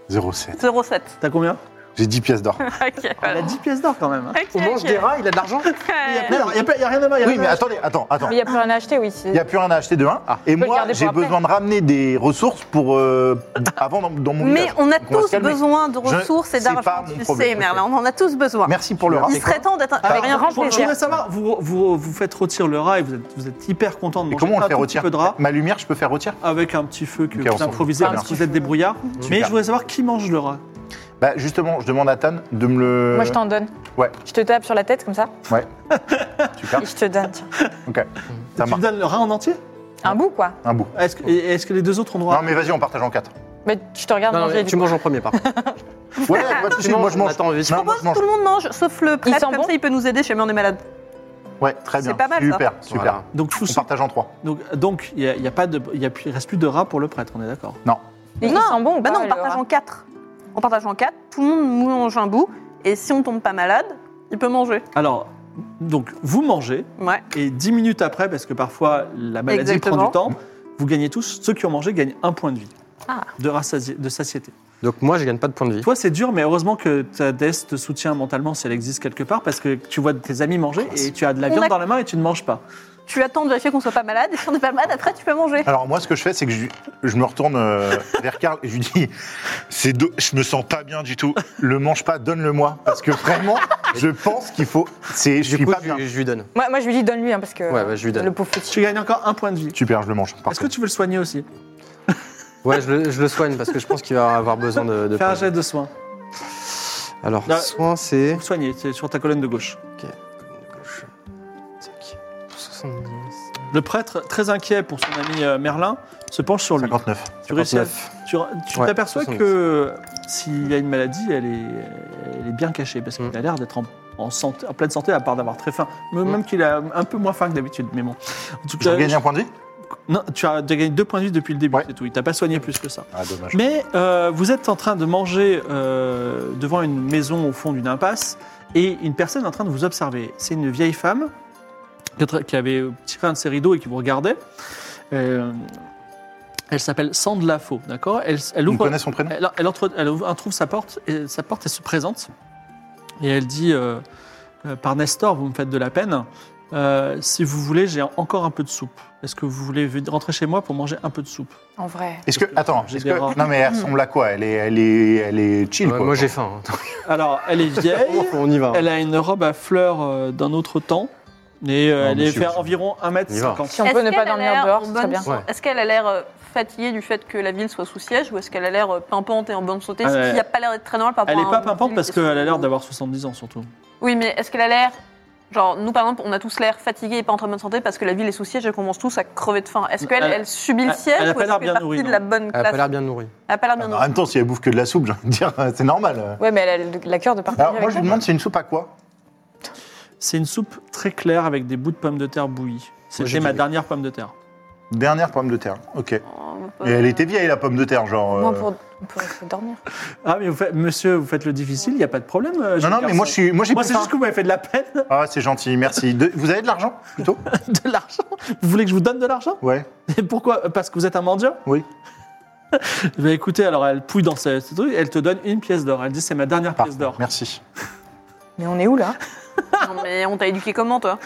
0,7.
0,7.
T'as combien
J'ai 10 pièces d'or.
Ok,
Elle a
voilà.
10 pièces d'or quand même. hein.
Ok,
On mange
ok.
des rats, il a de l'argent
Il n'y a,
Ouais.
plus- alors, il y a pas- il y a rien à main. il y a
Euh. Oui,
rien à
mais
main.
attendez, attends, attends.
il n'y a plus rien à acheter, oui.
Il n'y a plus rien à acheter de 1.
Ah.
Et
peux le
moi,
garder pour
j'ai
après.
besoin de ramener des ressources pour. euh, avant dans, dans mon
Mais
village.
on a
Donc va se
tous
calmer.
besoin de
Je-
ressources et
c'est pas
d'argent.
mon
Tu sais,
problème.
Merlin, on en a tous besoin.
Merci pour le rat.
Il serait temps d'être
Avec
rien
grand
Bon, je
plaisir.
voudrais savoir, vous, vous, vous faites rôtir le rat et vous êtes, vous êtes hyper content de
Mais
manger
comment
un
on le fait
tout
rôtir
petit peu de rat
Ma lumière, je peux faire rôtir
avec un petit feu que
Ok, on
vous
s'en fout.
improvisez
Ah,
parce que
bien.
vous êtes débrouillard. Mais
Super.
je voudrais savoir qui mange le rat.
Bah, justement, je demande à Tan de me le.
Moi, je t'en donne.
euh, Ouais.
Je te tape sur la tête comme ça
Ouais. Super.
et je te donne tiens.
Ok. Ça
Tu me
marche.
donnes le rat en entier
un bout, quoi.
Un bout.
Est-ce que, et est-ce que les deux autres ont droit
Non, mais vas-y, on partage en 4.
Mais tu te regardes
Non, non,
manger.
mais
du
tu
coup.
manges en premier, par
[laughs]
contre.
Ouais, pas de soucis, moi je
on
mange.
attend, vas-y.
Non, moi je mange.
Tout le monde mange, sauf le prêtre.
sent
Comme
bon
ça, il peut nous aider si jamais on est malade.
Ouais, très bien.
C'est pas mal, ça.
Super, super.
Voilà.
Donc, tous
On
ceux-
partage en 3.
donc, donc il y a- il y a pas de, il y a plus- il reste plus de rat pour le prêtre, on est d'accord
Il
Non,
sent bon ou
Bah
pas
non, on
le
partage
rat
en quatre. On partage en quatre, tout le monde mange un bout, et si on tombe pas malade, il peut manger.
Alors, donc, vous mangez,
Ouais.
et 10 minutes après, parce que parfois la maladie prend
Exactement.
du temps, vous gagnez tous, ceux qui ont mangé gagnent un point de vie.
Ah.
De, rassasi- de satiété.
Donc, moi, je gagne pas de points de vie.
Toi, c'est dur, mais heureusement que ta Death te soutient mentalement si elle existe quelque part, parce que tu vois tes amis manger
Ah,
et tu as de la
On
viande
a-
dans la main et tu ne manges pas.
Tu attends de vérifier qu'on soit pas malade, et si on n'est pas malade, après tu peux manger.
Alors moi, ce que je fais, c'est que je, je me retourne euh, vers Karl et je lui dis "C'est do- je me sens pas bien du tout. Le mange pas, donne-le-moi parce que vraiment, je pense qu'il faut. C'est, je
Du
suis
coup,
pas bien.
je, je lui donne.
Moi, moi, je lui dis donne-lui, hein, parce que
Ouais, ouais, je lui donne.
le pauvre foutu.
Tu gagnes encore un point de vie.
Super, je le mange.
Est-ce que
Parfait.
tu veux le soigner aussi
Ouais, je le, je le soigne parce que je pense qu'il va avoir besoin de. de
Fais un
points.
jet de soin.
Alors,
Non.
soin, c'est.
Pour soigner, c'est sur ta colonne de gauche.
Gauche. Tac. 70.
Le prêtre, très inquiet pour son ami euh, Merlin, se penche sur lui.
59.
Tu réussis à-
59.
Tu tu
Ouais,
t'aperçois
70.
que s'il y a une maladie, elle est, elle est bien cachée parce qu'il
Mm.
a l'air d'être en, en santé- en pleine santé à part d'avoir très faim. Mais
Mm.
Même qu'il a un peu moins faim que d'habitude, mais bon. En tout
Je
cas,
gagne un point de vie
non, tu as déjà gagné deux points de vie depuis le début,
Ouais.
c'est tout. Il t'a pas soigné plus que ça.
Ah dommage.
Mais euh, vous êtes en train de manger euh, devant une maison au fond d'une impasse et une personne est en train de vous observer. C'est une vieille femme qui tra- qui avait tiré un de ses rideaux et qui vous regardait. Euh, elle s'appelle Sandlafo, d'accord elle, elle
On
ouvre,
connaît son prénom
elle, elle entre- elle ouvre- elle trouve sa porte, et sa porte, elle se présente. Et elle dit, euh, euh, par Nestor, vous me faites de la peine. Euh, si vous voulez, j'ai encore un peu de soupe. Est-ce que vous voulez venir- rentrer chez moi pour manger un peu de soupe
En vrai.
Est-ce que attends,
J'ai
est-ce
des rats.
que non mais elle ressemble à quoi Elle est, elle est, elle est chill
Ouais,
quoi.
moi, j'ai faim. hein.
[laughs]
Alors, elle est vieille.
on y va.
Elle a une robe à fleurs euh, d'un autre temps. Et euh,
Ah,
Non,
elle
mais
est
je suis-
fait
je-
environ 1m50.
Si on
Est-ce
peut ne pas
qu'elle a l'air
dormir dehors,
en
c'est
bonne
très bien.
sa- Est-ce qu'elle a l'air euh, fatiguée du fait que la ville soit sous siège ou est-ce qu'elle a l'air euh, pimpante et en bonne santé
Ah,
Ce
elle-
qui n'a pas l'air d'être très normal par
Elle
rapport
est
à
pas
un
pimpante
ville
parce
qui est sous-
qu'elle a l'air d'avoir 70 ans surtout.
Oui, mais est-ce qu'elle a l'air. Genre, nous par exemple, on a tous l'air fatigués et pas en très bonne santé parce que la ville est sous siège et qu'on commence tous à crever de faim. Est-ce qu'elle
Elle-
elle subit le
Euh, elle-
siège
elle a
ou
pas
est-ce
l'air
qu'elle
bien
fait partie
nourrie,
de
non.
la bonne
Elle a
classe
pas l'air bien nourrie.
Elle a pas l'air bien
En même
nourrie.
temps, si elle bouffe que de la soupe, j'ai envie de dire, [laughs] c'est normal.
Ouais, mais elle a le, la cœur de partager
Alors moi,
avec
je lui
elle.
demande, c'est une soupe à quoi
C'est une soupe très claire avec des bouts de pommes de terre bouillies. C'était
j'ai
ma
dit-
dernière pomme de terre.
Dernière pomme de terre. Ok. Et
Oh, On peut-
elle était vieille, la pomme de terre, genre. euh,
Moi, pour, pour dormir.
Ah, mais vous faites- monsieur, vous faites le difficile, il n'y a pas de problème. euh,
Non,
jeune
non, mais moi, je
garçon.
suis. Moi, j'ai
Moi,
plus
c'est
faim.
juste que vous m'avez fait de la peine,
Ah, c'est gentil, merci. De- Vous avez de l'argent, plutôt
[laughs] de l'argent. Vous voulez que je vous donne de l'argent [laughs]
Ouais.
Et pourquoi Parce que vous êtes un mendiant [laughs]
Oui.
Bah écoutez, alors elle pouille dans ce, ce truc, elle te donne une pièce d'or. Elle dit c'est ma dernière
Parfait,
pièce d'or.
Merci.
Mais on est où là
Non, mais on t'a éduqué comment, toi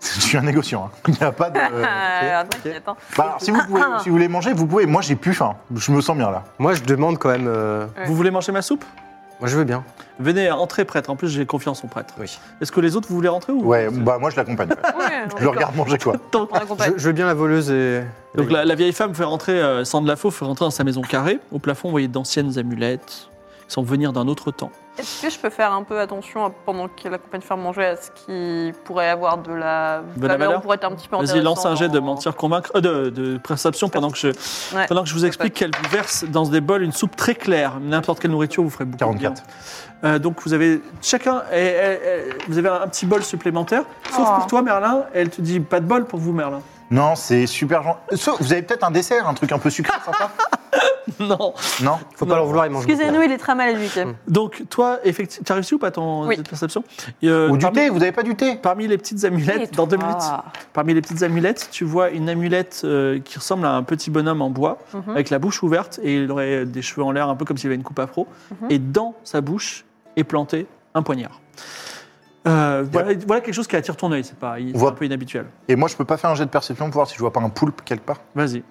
Je suis un négociant. hein. [laughs] Il n'y a pas
[laughs]
de.
Ah, t'inquiète, hein.
Bah, alors, si, vous pouvez,
Ah.
si vous voulez manger, vous pouvez. Moi, j'ai plus faim. Je me sens bien là.
Moi, je demande quand même. euh,
Ouais.
Vous voulez manger ma soupe
Moi, je veux bien.
Venez, euh, entrez prêtre. En plus, j'ai confiance en prêtre.
Oui.
Est-ce que les autres, vous voulez rentrer ou
Ouais, bah, moi, je l'accompagne.
Ah,
ouais.
Oui,
Je le regarde manger, quoi.
Donc,
On accompagne.
Je, je veux bien la voleuse et.
donc la, la vieille femme fait rentrer, euh, sans de la faux, fait rentrer dans sa maison carrée. Au plafond, vous voyez d'anciennes amulettes qui sont venir d'un autre temps.
Est-ce que je peux faire un peu attention à- pendant que la compagne faire manger à ce qui pourrait avoir de la
De la valeur
pour être un petit peu
Vas-y, lance
intéressant
un jet de
dans-
mentir, convaincre, euh, de, de perception pendant que je,
Ouais.
pendant que je vous explique qu'elle vous verse dans des bols une soupe très claire. N'importe quelle nourriture vous ferait beaucoup. de bien.
44.
Euh, donc vous avez chacun, et- et- et- vous avez un, un petit bol supplémentaire. Sauf
Oh.
pour toi, Merlin, elle te dit pas de bol pour vous, Merlin.
Non, c'est super gentil. Sauf, Vous avez peut-être un dessert, un truc un peu sucré,
[laughs]
sympa
non.
Non
Faut pas leur vouloir, ils mangent.
Excusez-nous, il est très mal éduqué.
Donc toi, effectivement, t'as réussi ou pas ton
Oui.
jet de perception Et, euh,
Ou du
parmi,
thé Vous avez pas du thé
parmi les petites amulettes, dans deux minutes, parmi les petites amulettes, tu vois une amulette euh, qui ressemble à un petit bonhomme en bois,
Mhm.
avec la bouche ouverte et il aurait des cheveux en l'air, un peu comme s'il avait une coupe afro. Et dans sa bouche est planté un poignard. Euh, voilà, voilà quelque chose qui attire ton œil, c'est pas, c'est
Voit-
un peu inhabituel.
Et moi, je peux pas faire un jet de perception pour voir si je vois pas un poulpe quelque part
Vas-y,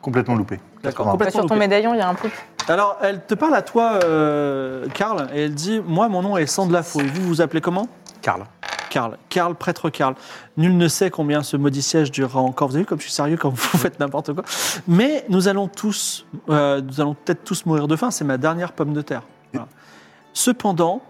Complètement loupé.
d'accord.
80.
Bah,
Complètement
Sur ton
loupé.
médaillon, il y a un peu.
Alors, elle te parle à toi, euh, Karl, et elle dit Moi, mon nom est Sandlafo, et vous vous appelez comment
Carl.
Karl. Karl, prêtre Karl. Nul ne sait combien ce maudit siège durera encore. Vous avez vu comme je suis sérieux quand vous faites n'importe quoi. Mais nous allons tous, euh, nous allons peut-être tous mourir de faim. C'est ma dernière pomme de terre. Voilà. Cependant,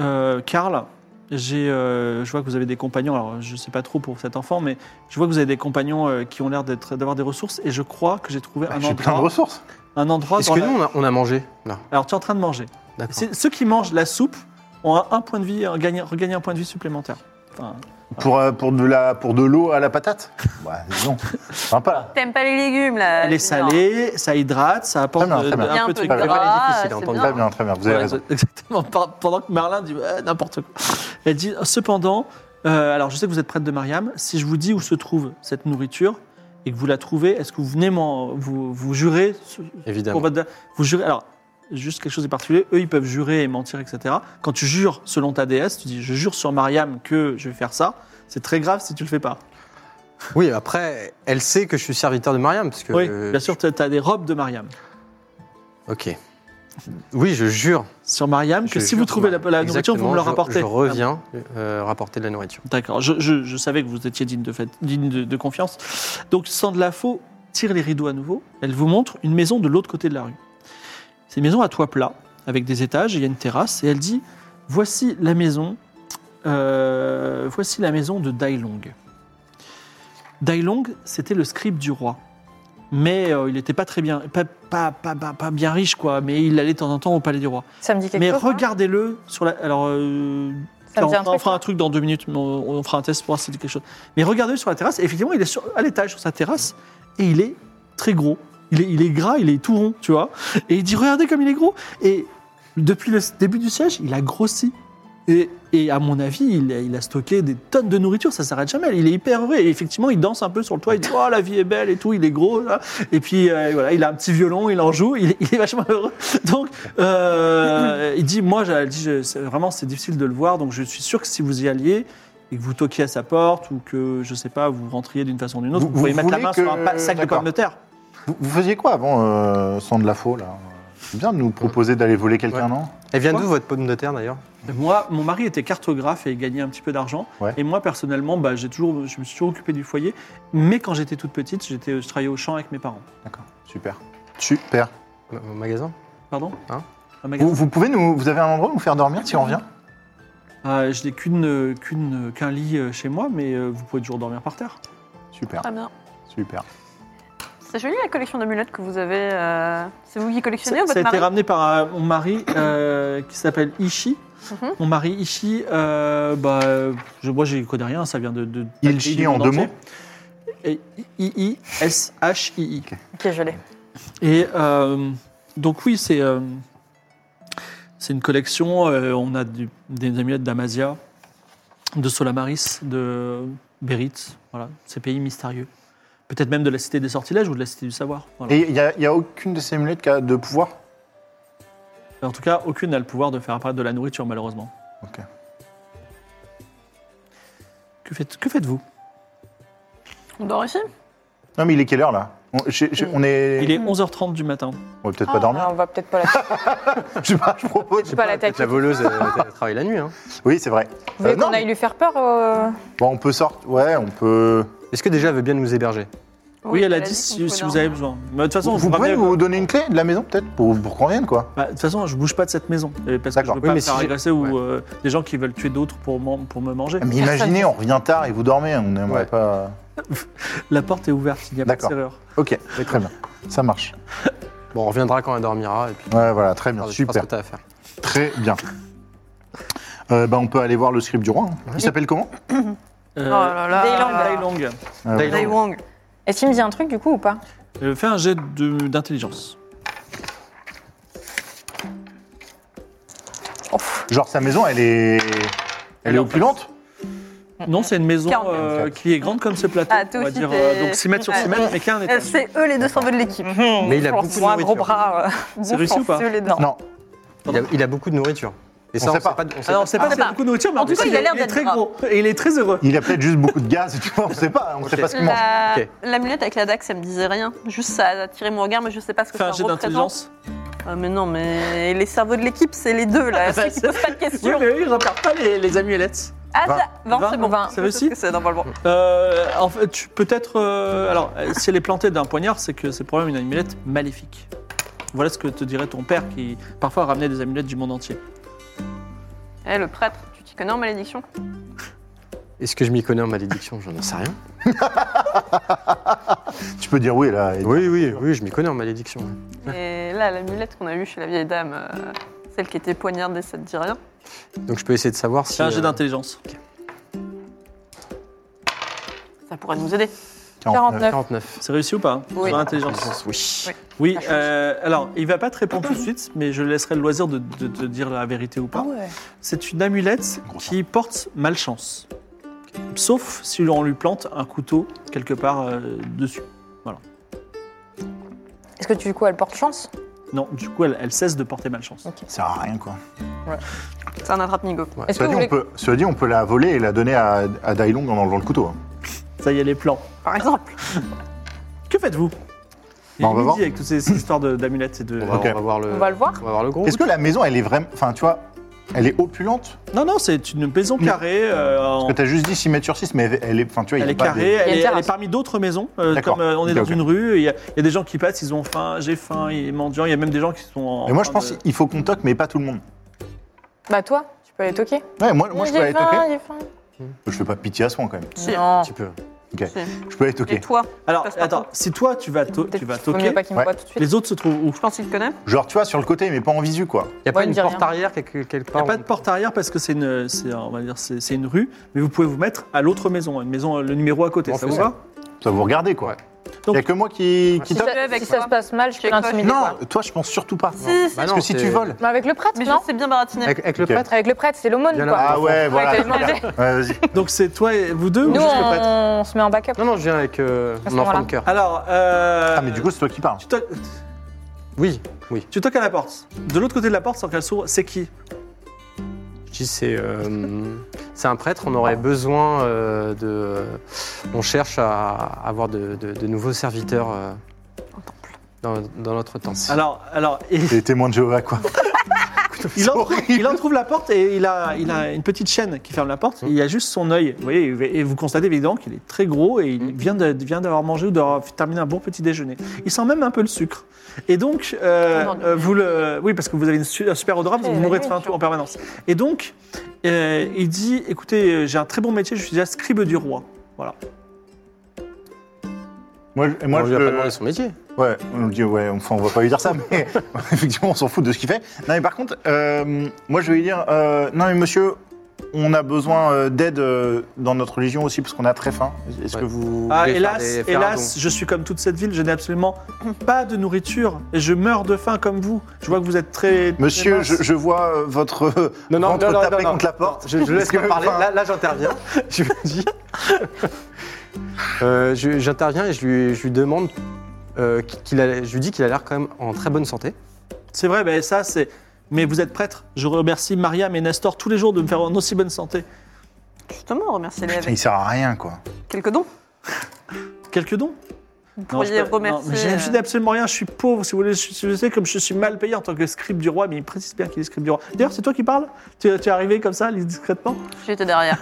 euh, Karl, j'ai, euh, je vois que vous avez des compagnons. Alors, je ne sais pas trop pour cet enfant, mais je vois que vous avez des compagnons euh, qui ont l'air d'être, d'avoir des ressources. Et je crois que j'ai trouvé
Bah,
un
j'ai plein de
endroit,
ressources.
un endroit.
Est-ce
dans
que
la-
nous, on a, on a mangé Non.
Alors, tu es en train de manger.
D'accord.
C'est- Ceux qui mangent la soupe ont un, un point de vie, un, gagné- regagné un point de vie supplémentaire. Enfin,
Pour, euh, pour de la- pour de l'eau à la patate Ouais, non. Sympa.
T'aimes pas les légumes, là
Elle est
Gérard.
salée, ça hydrate, ça apporte
Très bien,
de-
très bien.
de-
Il y a
un peu de trucs.
de
Elle est
gras,
difficile,
c'est
on entend
bien.
Très bien, très bien. Vous avez
Ouais,
raison.
[laughs] Exactement, Par- pendant que Merlin dit euh, n'importe quoi. Elle dit cependant, euh, alors je sais que vous êtes prêtre de Mariam, si je vous dis où se trouve cette nourriture et que vous la trouvez, est-ce que vous venez m'en- vous, vous jurez ce-
Évidemment.
pour votre- vous jurez alors juste quelque chose de particulier, eux ils peuvent jurer et mentir etc. Quand tu jures selon ta déesse, tu dis je jure sur Mariam que je vais faire ça, c'est très grave si tu le fais pas.
Oui, après, elle sait que je suis serviteur de Mariam, parce que.
oui,
euh,
bien sûr tu as des robes de Mariam.
Ok. Oui, je jure.
Sur Mariam, que
je
si
jure
vous
que
trouvez la,
ma-
la nourriture, vous me la
Exactement, je-
rapportez.
Je reviens euh, rapporter de la nourriture.
D'accord, je, je- je savais que vous étiez digne de, fait, digne de, de confiance. Donc, Sandlafo tire les rideaux à nouveau. Elle vous montre une maison de l'autre côté de la rue. C'est une maison à toit plat, avec des étages, et il y a une terrasse. Et elle dit Voici la maison, euh, voici la maison de Dailong. Dailong, c'était le scribe du roi. Mais euh, il n'était pas très bien, pas, pas, pas, pas- pas bien riche, quoi. Mais il allait de temps en temps au palais du roi.
Ça me dit quelque
Mais
chose. hein
regardez-le sur la. Alors, euh,
Ça me
on,
dit
fera-
un
on
truc,
fera un truc dans deux minutes, mais on, on fera un test pour voir si c'est quelque chose. Mais regardez-le sur la terrasse. Et effectivement, il est sur- à l'étage sur sa terrasse et il est très gros. Il est, il est gras, il est tout rond, tu vois. Et il dit Regardez comme il est gros. Et depuis le début du siège, il a grossi. Et, et à mon avis, il a, il a stocké des tonnes de nourriture, ça s'arrête jamais. Il est hyper heureux. Et effectivement, il danse un peu sur le toit. Il dit Oh, la vie est belle et tout, il est gros. là. Et puis, euh, voilà, il a un petit violon, il en joue, il, [laughs] est- il est vachement heureux. Donc, euh, il dit Moi, j'ai- dit, je- c'est- vraiment, c'est difficile de le voir. Donc, je suis sûr que si vous y alliez et que vous toquiez à sa porte ou que, je sais pas, vous rentriez d'une façon ou d'une autre,
Vous-
vous, pouvez
vous
mettre la
voulez
main
que-
sur un pa- sac de
D'accord.
pommes de terre.
Vous, vous faisiez quoi avant euh, Sans de la faux, là C'est bien de nous proposer d'aller voler quelqu'un,
Ouais.
non
Elle vient
Quoi
d'où votre pomme de terre d'ailleurs
Moi, mon mari était cartographe et il gagnait un petit peu d'argent.
Ouais.
Et moi, personnellement, bah, j'ai toujours, je me suis toujours occupé du foyer. Mais quand j'étais toute petite, j'étais, je travaillais au champ avec mes parents.
D'accord. Super. Super.
Au au magasin
Pardon
Hein
Un magasin.
Vous, vous pouvez nous. Vous avez un endroit où nous faire dormir si on revient
Ah, je n'ai qu'une, euh, qu'une, euh, qu'un lit euh, chez moi, mais euh, vous pouvez toujours dormir par terre.
Super.
Très bien.
Super.
C'est joli la collection d'amulettes que vous avez. euh, C'est vous qui collectionnez
Ça,
ou votre
ça a été
mari
ramené par euh, mon mari euh, qui s'appelle Ishi.
Mhm.
Mon mari Ishi, euh, bah, je, moi j'y connais rien, ça vient de. de
Il
du
chie en
monde
deux
entier.
mots
Et I-I-S-H-I-I.
Ok, je l'ai.
Et euh, donc oui, c'est euh, c'est une collection. euh, on a du- des amulettes d'Amazia, de Solamaris, de Berit, voilà, ces pays mystérieux. Peut-être même de la cité des sortilèges ou de la cité du savoir. voilà.
Et il n'y a, il y a aucune de ces amulettes qui a de pouvoir
En tout cas, aucune n'a le pouvoir de faire apparaître de la nourriture, malheureusement.
Ok.
Que faites- que faites-vous
On dort ici
Non, mais il est quelle heure là on, j'ai- j'ai- on est.
Il est 11h30 du matin.
On va peut-être pas dormir.
Ah, on va peut-être pas la.
Je sais pas, je propose.
sais pas, la
Peut-être la
[laughs]
voleuse, Euh, elle, elle travaille la nuit. hein.
Oui, c'est vrai.
Vous voulez
Euh, non,
qu'on aille lui faire peur euh,
Bon, on peut sortir. Ouais, on peut.
Est-ce que déjà elle veut bien nous héberger
Oui, elle a
qu'on
dit si,
pouvait
si vous
dormir.
avez besoin. Mais de toute façon,
Vous,
je vous
pouvez
ramenez-
nous donner une clé de la maison peut-être pour, pour qu'on vienne quoi
Bah, de toute façon, je bouge pas de cette maison euh, parce que je
D'accord.
veux
Oui,
pas
mais
me
si
faire
j'ai-
agresser
Ouais.
ou euh, des gens qui veulent tuer d'autres pour, m'en- pour me manger.
Ah, Mais imaginez, on revient tard et vous dormez, on n'aimerait
Ouais.
pas.
La porte est ouverte, il n'y a pas de
D'accord.
serrure.
Ok, très bien. Ça marche.
Bon, on reviendra quand elle dormira et puis
Ouais, voilà, très
Ah
bien.
tu feras
Super.
ce que t'as à faire.
Très bien. Euh, bah, on peut aller voir le script du roi. hein. Il s'appelle comment
Euh,
Oh là là.
Daylang.
Dailong.
Euh,
Daylang.
Dai Wang.
Est-ce qu'il me dit un truc du coup ou pas
Euh, fais un jet de- d'intelligence.
Genre sa maison, elle est. Elle est
en
opulente
Non, c'est une maison
40.
euh, qui est grande comme ce plateau.
Mm. Ah, toi
on va
aussi,
dire,
t'es-
euh, donc 6 mètres sur 6
Ouais.
mètres, mais qui a un
Euh,
étage.
C'est eux les deux cerveaux de l'équipe.
Mais il a
Pour
beaucoup de
un gros
nourriture.
bras. euh,
C'est réussi
bouffant,
ou pas
si vous voulez, non.
Non.
Il a, il a beaucoup de nourriture. Et
On
ça, on
sait
sait
pas.
pas. on sait
Alors, c'est pas
Ah,
s'il y a
bah.
beaucoup de nourriture, mais
En
en
tout
tout
cas,
cas,
il a l'air
est
d'être
très
gras.
gros et il est très heureux.
Il a peut-être juste beaucoup de gaz, [laughs] tu vois, on sait pas, on sait
Ok.
pas ce qu'il mange.
La-
Ok.
L'amulette avec la dague, ça me disait rien. Juste ça a attiré mon regard, mais je sais pas ce que
Fais un
ça
jet
représente.
d'intelligence.
Ah, mais non, mais les cerveaux de l'équipe, c'est les deux
[laughs]
là. Ceux qui posent pas de
Oui,
questions.
mais eux, ils repèrent pas les, les amulettes.
Ah,
Vingt.
ça, vingt,
Vingt,
c'est Ah bon.
vingt.
Je
C'est
sais
réussi
ce que C'est normalement.
Euh, en fait, tu- peut-être. euh, alors, euh, si elle est plantée d'un poignard, c'est que c'est probablement une amulette maléfique. Voilà ce que te dirait ton père qui parfois ramenait des amulettes du monde entier.
Eh, le prêtre, tu t'y connais en malédiction
Est-ce que je m'y connais en malédiction J'en sais rien.
Tu peux dire oui là. et-
Oui, oui, oui, je m'y connais en malédiction.
Et là, l'amulette qu'on a eue chez la vieille dame, euh, celle qui était poignardée, ça te dit rien
Donc je peux essayer de savoir si.
C'est un jet
euh,
d'intelligence.
Ça pourrait nous aider.
euh,
49.
49.
C'est réussi ou pas hein
Oui.
Sur l'intelligence.
Oui.
Oui,
Ah,
euh, alors, il va pas te répondre
[coughs]
tout de suite, mais je laisserai le loisir de de te dire la vérité ou pas.
Ah
C'est une amulette
Gros
qui porte malchance. Sauf si on lui plante un couteau quelque part euh, dessus.
Est-ce que du coup elle porte chance
Non, du coup, elle, elle cesse de porter malchance.
Ça sert à rien quoi.
C'est un attrape-nigo.
Est-ce que
Cela dit, Bah,
vous
on
voulez.
peut, cela dit, on peut la voler et la donner à, à Dailong en enlevant le couteau. hein.
Ça y est, les plans.
Par exemple.
[laughs] Que faites-vous Il
Bah, on
est
va
midi
voir.
avec toutes ces, ces histoires de- d'amulettes et de.
On va,
Ok.
on va voir le.
On va le voir
On va voir le gros.
Oh
Est-ce que la maison, elle est vraiment. Enfin, tu vois, elle est opulente
Non, non, c'est une maison
Mais-
carrée. euh, en-
Parce que t'as juste dit 6 mètres sur 6, mais elle- elle est. Enfin, tu vois, il y
Elle
a
est
pas
carrée,
Il y a
elle,
une
est, elle
terrasse.
est parmi d'autres maisons. euh,
D'accord.
comme euh, on est
Ok,
dans
ok.
une rue, il y, a, il y a des gens qui passent, ils ont faim, j'ai faim, il est mendiant, il y a même des gens qui sont en.
Mais moi, je
train
pense
de-
qu'il faut qu'on toque, mais pas tout le monde.
Bah toi, tu peux aller toquer.
Ouais, moi, moi je Ah. peux
J'ai
aller
faim,
toquer.
j'ai faim.
Je fais pas pitié à soin quand même.
Si.
Non.
Un petit peu.
Je peux aller
Et
toquer.
toi
Alors,
passe partout.
attends, si toi tu vas, to- tu
Peut-être
vas
qu'il vaut mieux
toquer,
pas qu'il me
Ouais.
voit tout de suite.
les autres se trouvent où
Je pense qu'il te connaît.
Genre, tu vois, sur le côté, mais pas en visu, quoi.
Il n'y a pas
il me
une
dit
porte
rien.
arrière quelque, quelque
Il
part
n'y a pas de porte arrière parce que c'est une, c'est, euh, on va dire, c'est, c'est une rue, mais vous pouvez vous mettre à l'autre maison, une maison, le numéro à côté,
On
ça
fait
vous
ça.
va
Ça vous regardez, quoi.
Ouais.
Il
Donc-
y a que moi qui, qui
Si,
toque.
Toque-le
ça,
avec
si ça
toi.
se passe mal, je peux
Check-poche.
l'intimider.
Non,
quoi.
toi, je pense surtout pas.
Si, si.
Bah
Parce
non,
que si
c'est-
tu voles.
Mais avec le prêtre,
Mais je
non
sais bien baratiner.
Avec, avec le
Ok.
prêtre
Avec le prêtre, c'est l'aumône
Il y en a-
quoi.
Ah ouais, voilà.
t'avais demandé.
super. [laughs] Ouais, vas-y.
Donc c'est toi, et vous deux ou
Nous,
juste le prêtre
on, on se met en backup.
Non, non, je viens avec euh,
À ce
mon enfant
moment-là.
de cœur.
Alors, euh,
Ah, mais du coup, c'est toi qui parles.
tu toques,
Oui,
tu toques à la porte. De l'autre côté de la porte, sans qu'elle s'ouvre, c'est qui
je dis c'est euh, c'est un prêtre, on aurait besoin euh, de. On cherche à avoir de, de- de nouveaux serviteurs euh, dans, dans notre temple.
Alors, alors, et-
Les témoins de Jéhovah, quoi.
Il en, trouve, il en trouve la porte et il a, il a une petite chaîne qui ferme la porte.
Hum.
Il y a juste son œil. Vous voyez, et vous constatez évidemment qu'il est très gros et
Hum.
il vient de- vient d'avoir mangé ou d'avoir terminé un bon petit déjeuner. Il sent même un peu le sucre. Et donc, euh,
Oh non.
euh, vous le, oui, parce que vous avez une su- un super odorat, vous
Eh,
vous mourrez de
oui,
faim en permanence. Et donc, euh, il dit, écoutez, euh, j'ai un très bon métier, je suis déjà scribe du roi. Voilà.
Moi, je- moi
Moi, on
je,
lui a
le-
pas demandé son métier.
Ouais, on lui dit, ouais, enfin, on va pas lui dire ça, [laughs] mais effectivement, on s'en fout de ce qu'il fait. Non, mais par contre, euh, moi, je vais lui dire, euh, non, mais monsieur, on a besoin euh, d'aide euh, dans notre religion aussi, parce qu'on a très faim. Est-ce
Ouais.
que vous.
Ah,
voulez faire
hélas,
des- faire un
hélas, je suis comme toute cette ville, je n'ai absolument pas de nourriture et je meurs de faim comme vous. Je vois que vous êtes très. très
Monsieur,
mince.
je, je vois euh, votre euh, [laughs] ventre taper contre la porte.
Je, je laisse
Parce
pas
que,
parler.
enfin,
Là, là,
[laughs]
j'interviens. je lui dis. [laughs] Euh, je- j'interviens et je lui, je lui demande. euh, qu'il a, je lui dis qu'il a l'air quand même en très bonne santé.
C'est vrai, mais ça, c'est. Mais vous êtes prêtre. Je remercie Mariam et Nestor tous les jours de me faire en aussi bonne santé.
Justement, remerciez-les
Putain,
avec
il sert à rien, quoi.
quelques dons.
Quelques dons
Vous
Non, je
pourriez
peux- non, mais
remercier. euh,
j'ai- Je n'ai absolument rien, je suis pauvre. Si vous voulez, je, je sais, comme je suis mal payé en tant que scribe du roi, mais il précise bien qu'il est scribe du roi. D'ailleurs, c'est toi qui parles tu, tu es arrivé comme ça, discrètement
euh, J'étais derrière.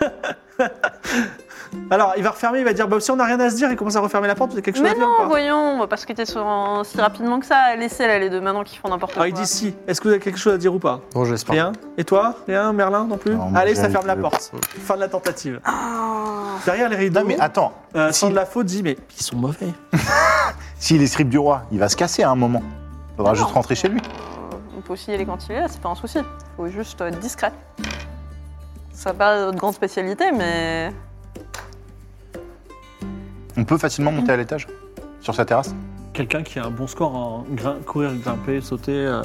Alors, il va refermer, il va dire Bah, si on n'a rien à se dire, il commence à refermer la porte, vous avez quelque chose
Mais
à dire ou
non,
pas
voyons, on va pas se quitter sur un- si rapidement que ça. Laissez-la, les deux maintenant qui font n'importe quoi.
Alors, Ah, il dit si. Est-ce que vous avez quelque chose à dire ou pas
Bon, je l'espère.
Rien Et toi Rien Merlin non plus
Non, moi,
Allez,
j'ai
ça
envie
ferme la
de-
porte. Fin de la tentative.
Ah.
Derrière les rideaux,
Non, mais attends,
euh,
si-
Sandre Lafaux dit Mais ils sont mauvais.
s'il est scribe du roi, il va se casser à un moment. Il faudra juste rentrer chez lui.
Euh, On peut aussi y aller quand il est là, c'est pas un souci. Faut juste être discret. Ça va pas notre grande spécialité, mais
On peut facilement monter à l'étage, sur sa terrasse.
Quelqu'un qui a un bon score en grin- courir, grimper, sauter, euh,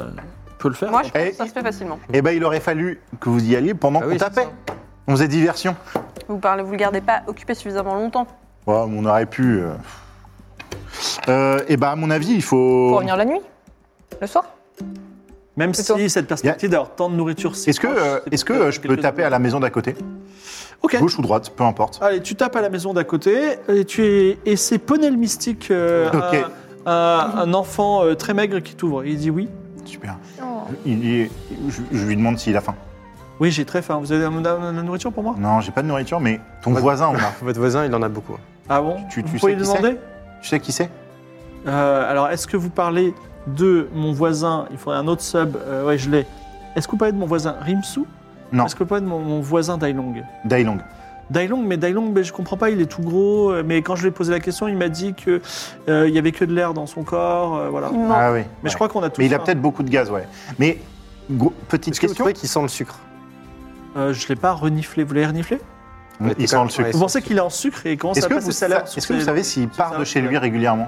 peut le faire.
moi je pense
Eh,
que ça se fait facilement.
Eh ben, il aurait fallu que vous y alliez pendant
Ah
qu'on
oui, c'est
tapait.
ça.
On faisait diversion.
Vous parlez, vous le gardez pas occupé suffisamment longtemps.
Ouais, on aurait pu. euh. Euh, eh ben, à mon avis, il faut.
Pour revenir la nuit Le soir
Même
Plutôt.
si cette perspective d'avoir tant de nourriture si
Est-ce que,
proche,
euh,
c'est
est-ce que
peut-être
euh, je peux
quelque
taper
chose
à la maison d'à côté
de- Ok.
Gauche ou droite, peu importe.
Allez, tu tapes à la maison d'à côté et tu es et c'est Poney le mystique, euh,
Ok.
un, un- un enfant euh, très maigre qui t'ouvre. Il dit oui.
Super. Il est- je, je lui demande s'il a faim.
Oui, j'ai très faim. Vous avez de la la nourriture pour moi
Non, j'ai pas de nourriture, mais ton
Ouais.
voisin, on a.
Votre voisin, il en a beaucoup.
Ah bon
Tu- tu
Vous
sais
pouvez lui
qui c'est
demander
Tu sais qui c'est
Euh, alors, est-ce que vous parlez de mon voisin Il faudrait un autre sub. Euh, ouais, je l'ai. Est-ce que vous parlez de mon voisin Rimsu
Non,
Est-ce que vous parlez de mon, mon voisin Dailong
Dailong.
Dailong, mais Dailong, mais je comprends pas, il est tout gros. euh, Mais quand je lui ai posé la question, il m'a dit que euh, il y avait que de l'air dans son corps. euh, voilà.
Il ment.
Ah oui.
Mais je
ouais.
crois qu'on a tous.
Mais il a
faim.
peut-être beaucoup de gaz, ouais. Mais gros- petite
Est-ce que vous
question.
trouvez qu'il sent le sucre
Euh, je l'ai pas reniflé. Vous l'avez reniflé
Ouais,
Il
t'es
sent
quand
le sucre.
même-
Vous pensez qu'il est en sucre et il commence
Est-ce
à
que,
passer
vous,
sa lèvre
sa-
sur
est-ce que vous
ses-
savez s'il
sur
part
ses
de chez lui
lèvres.
régulièrement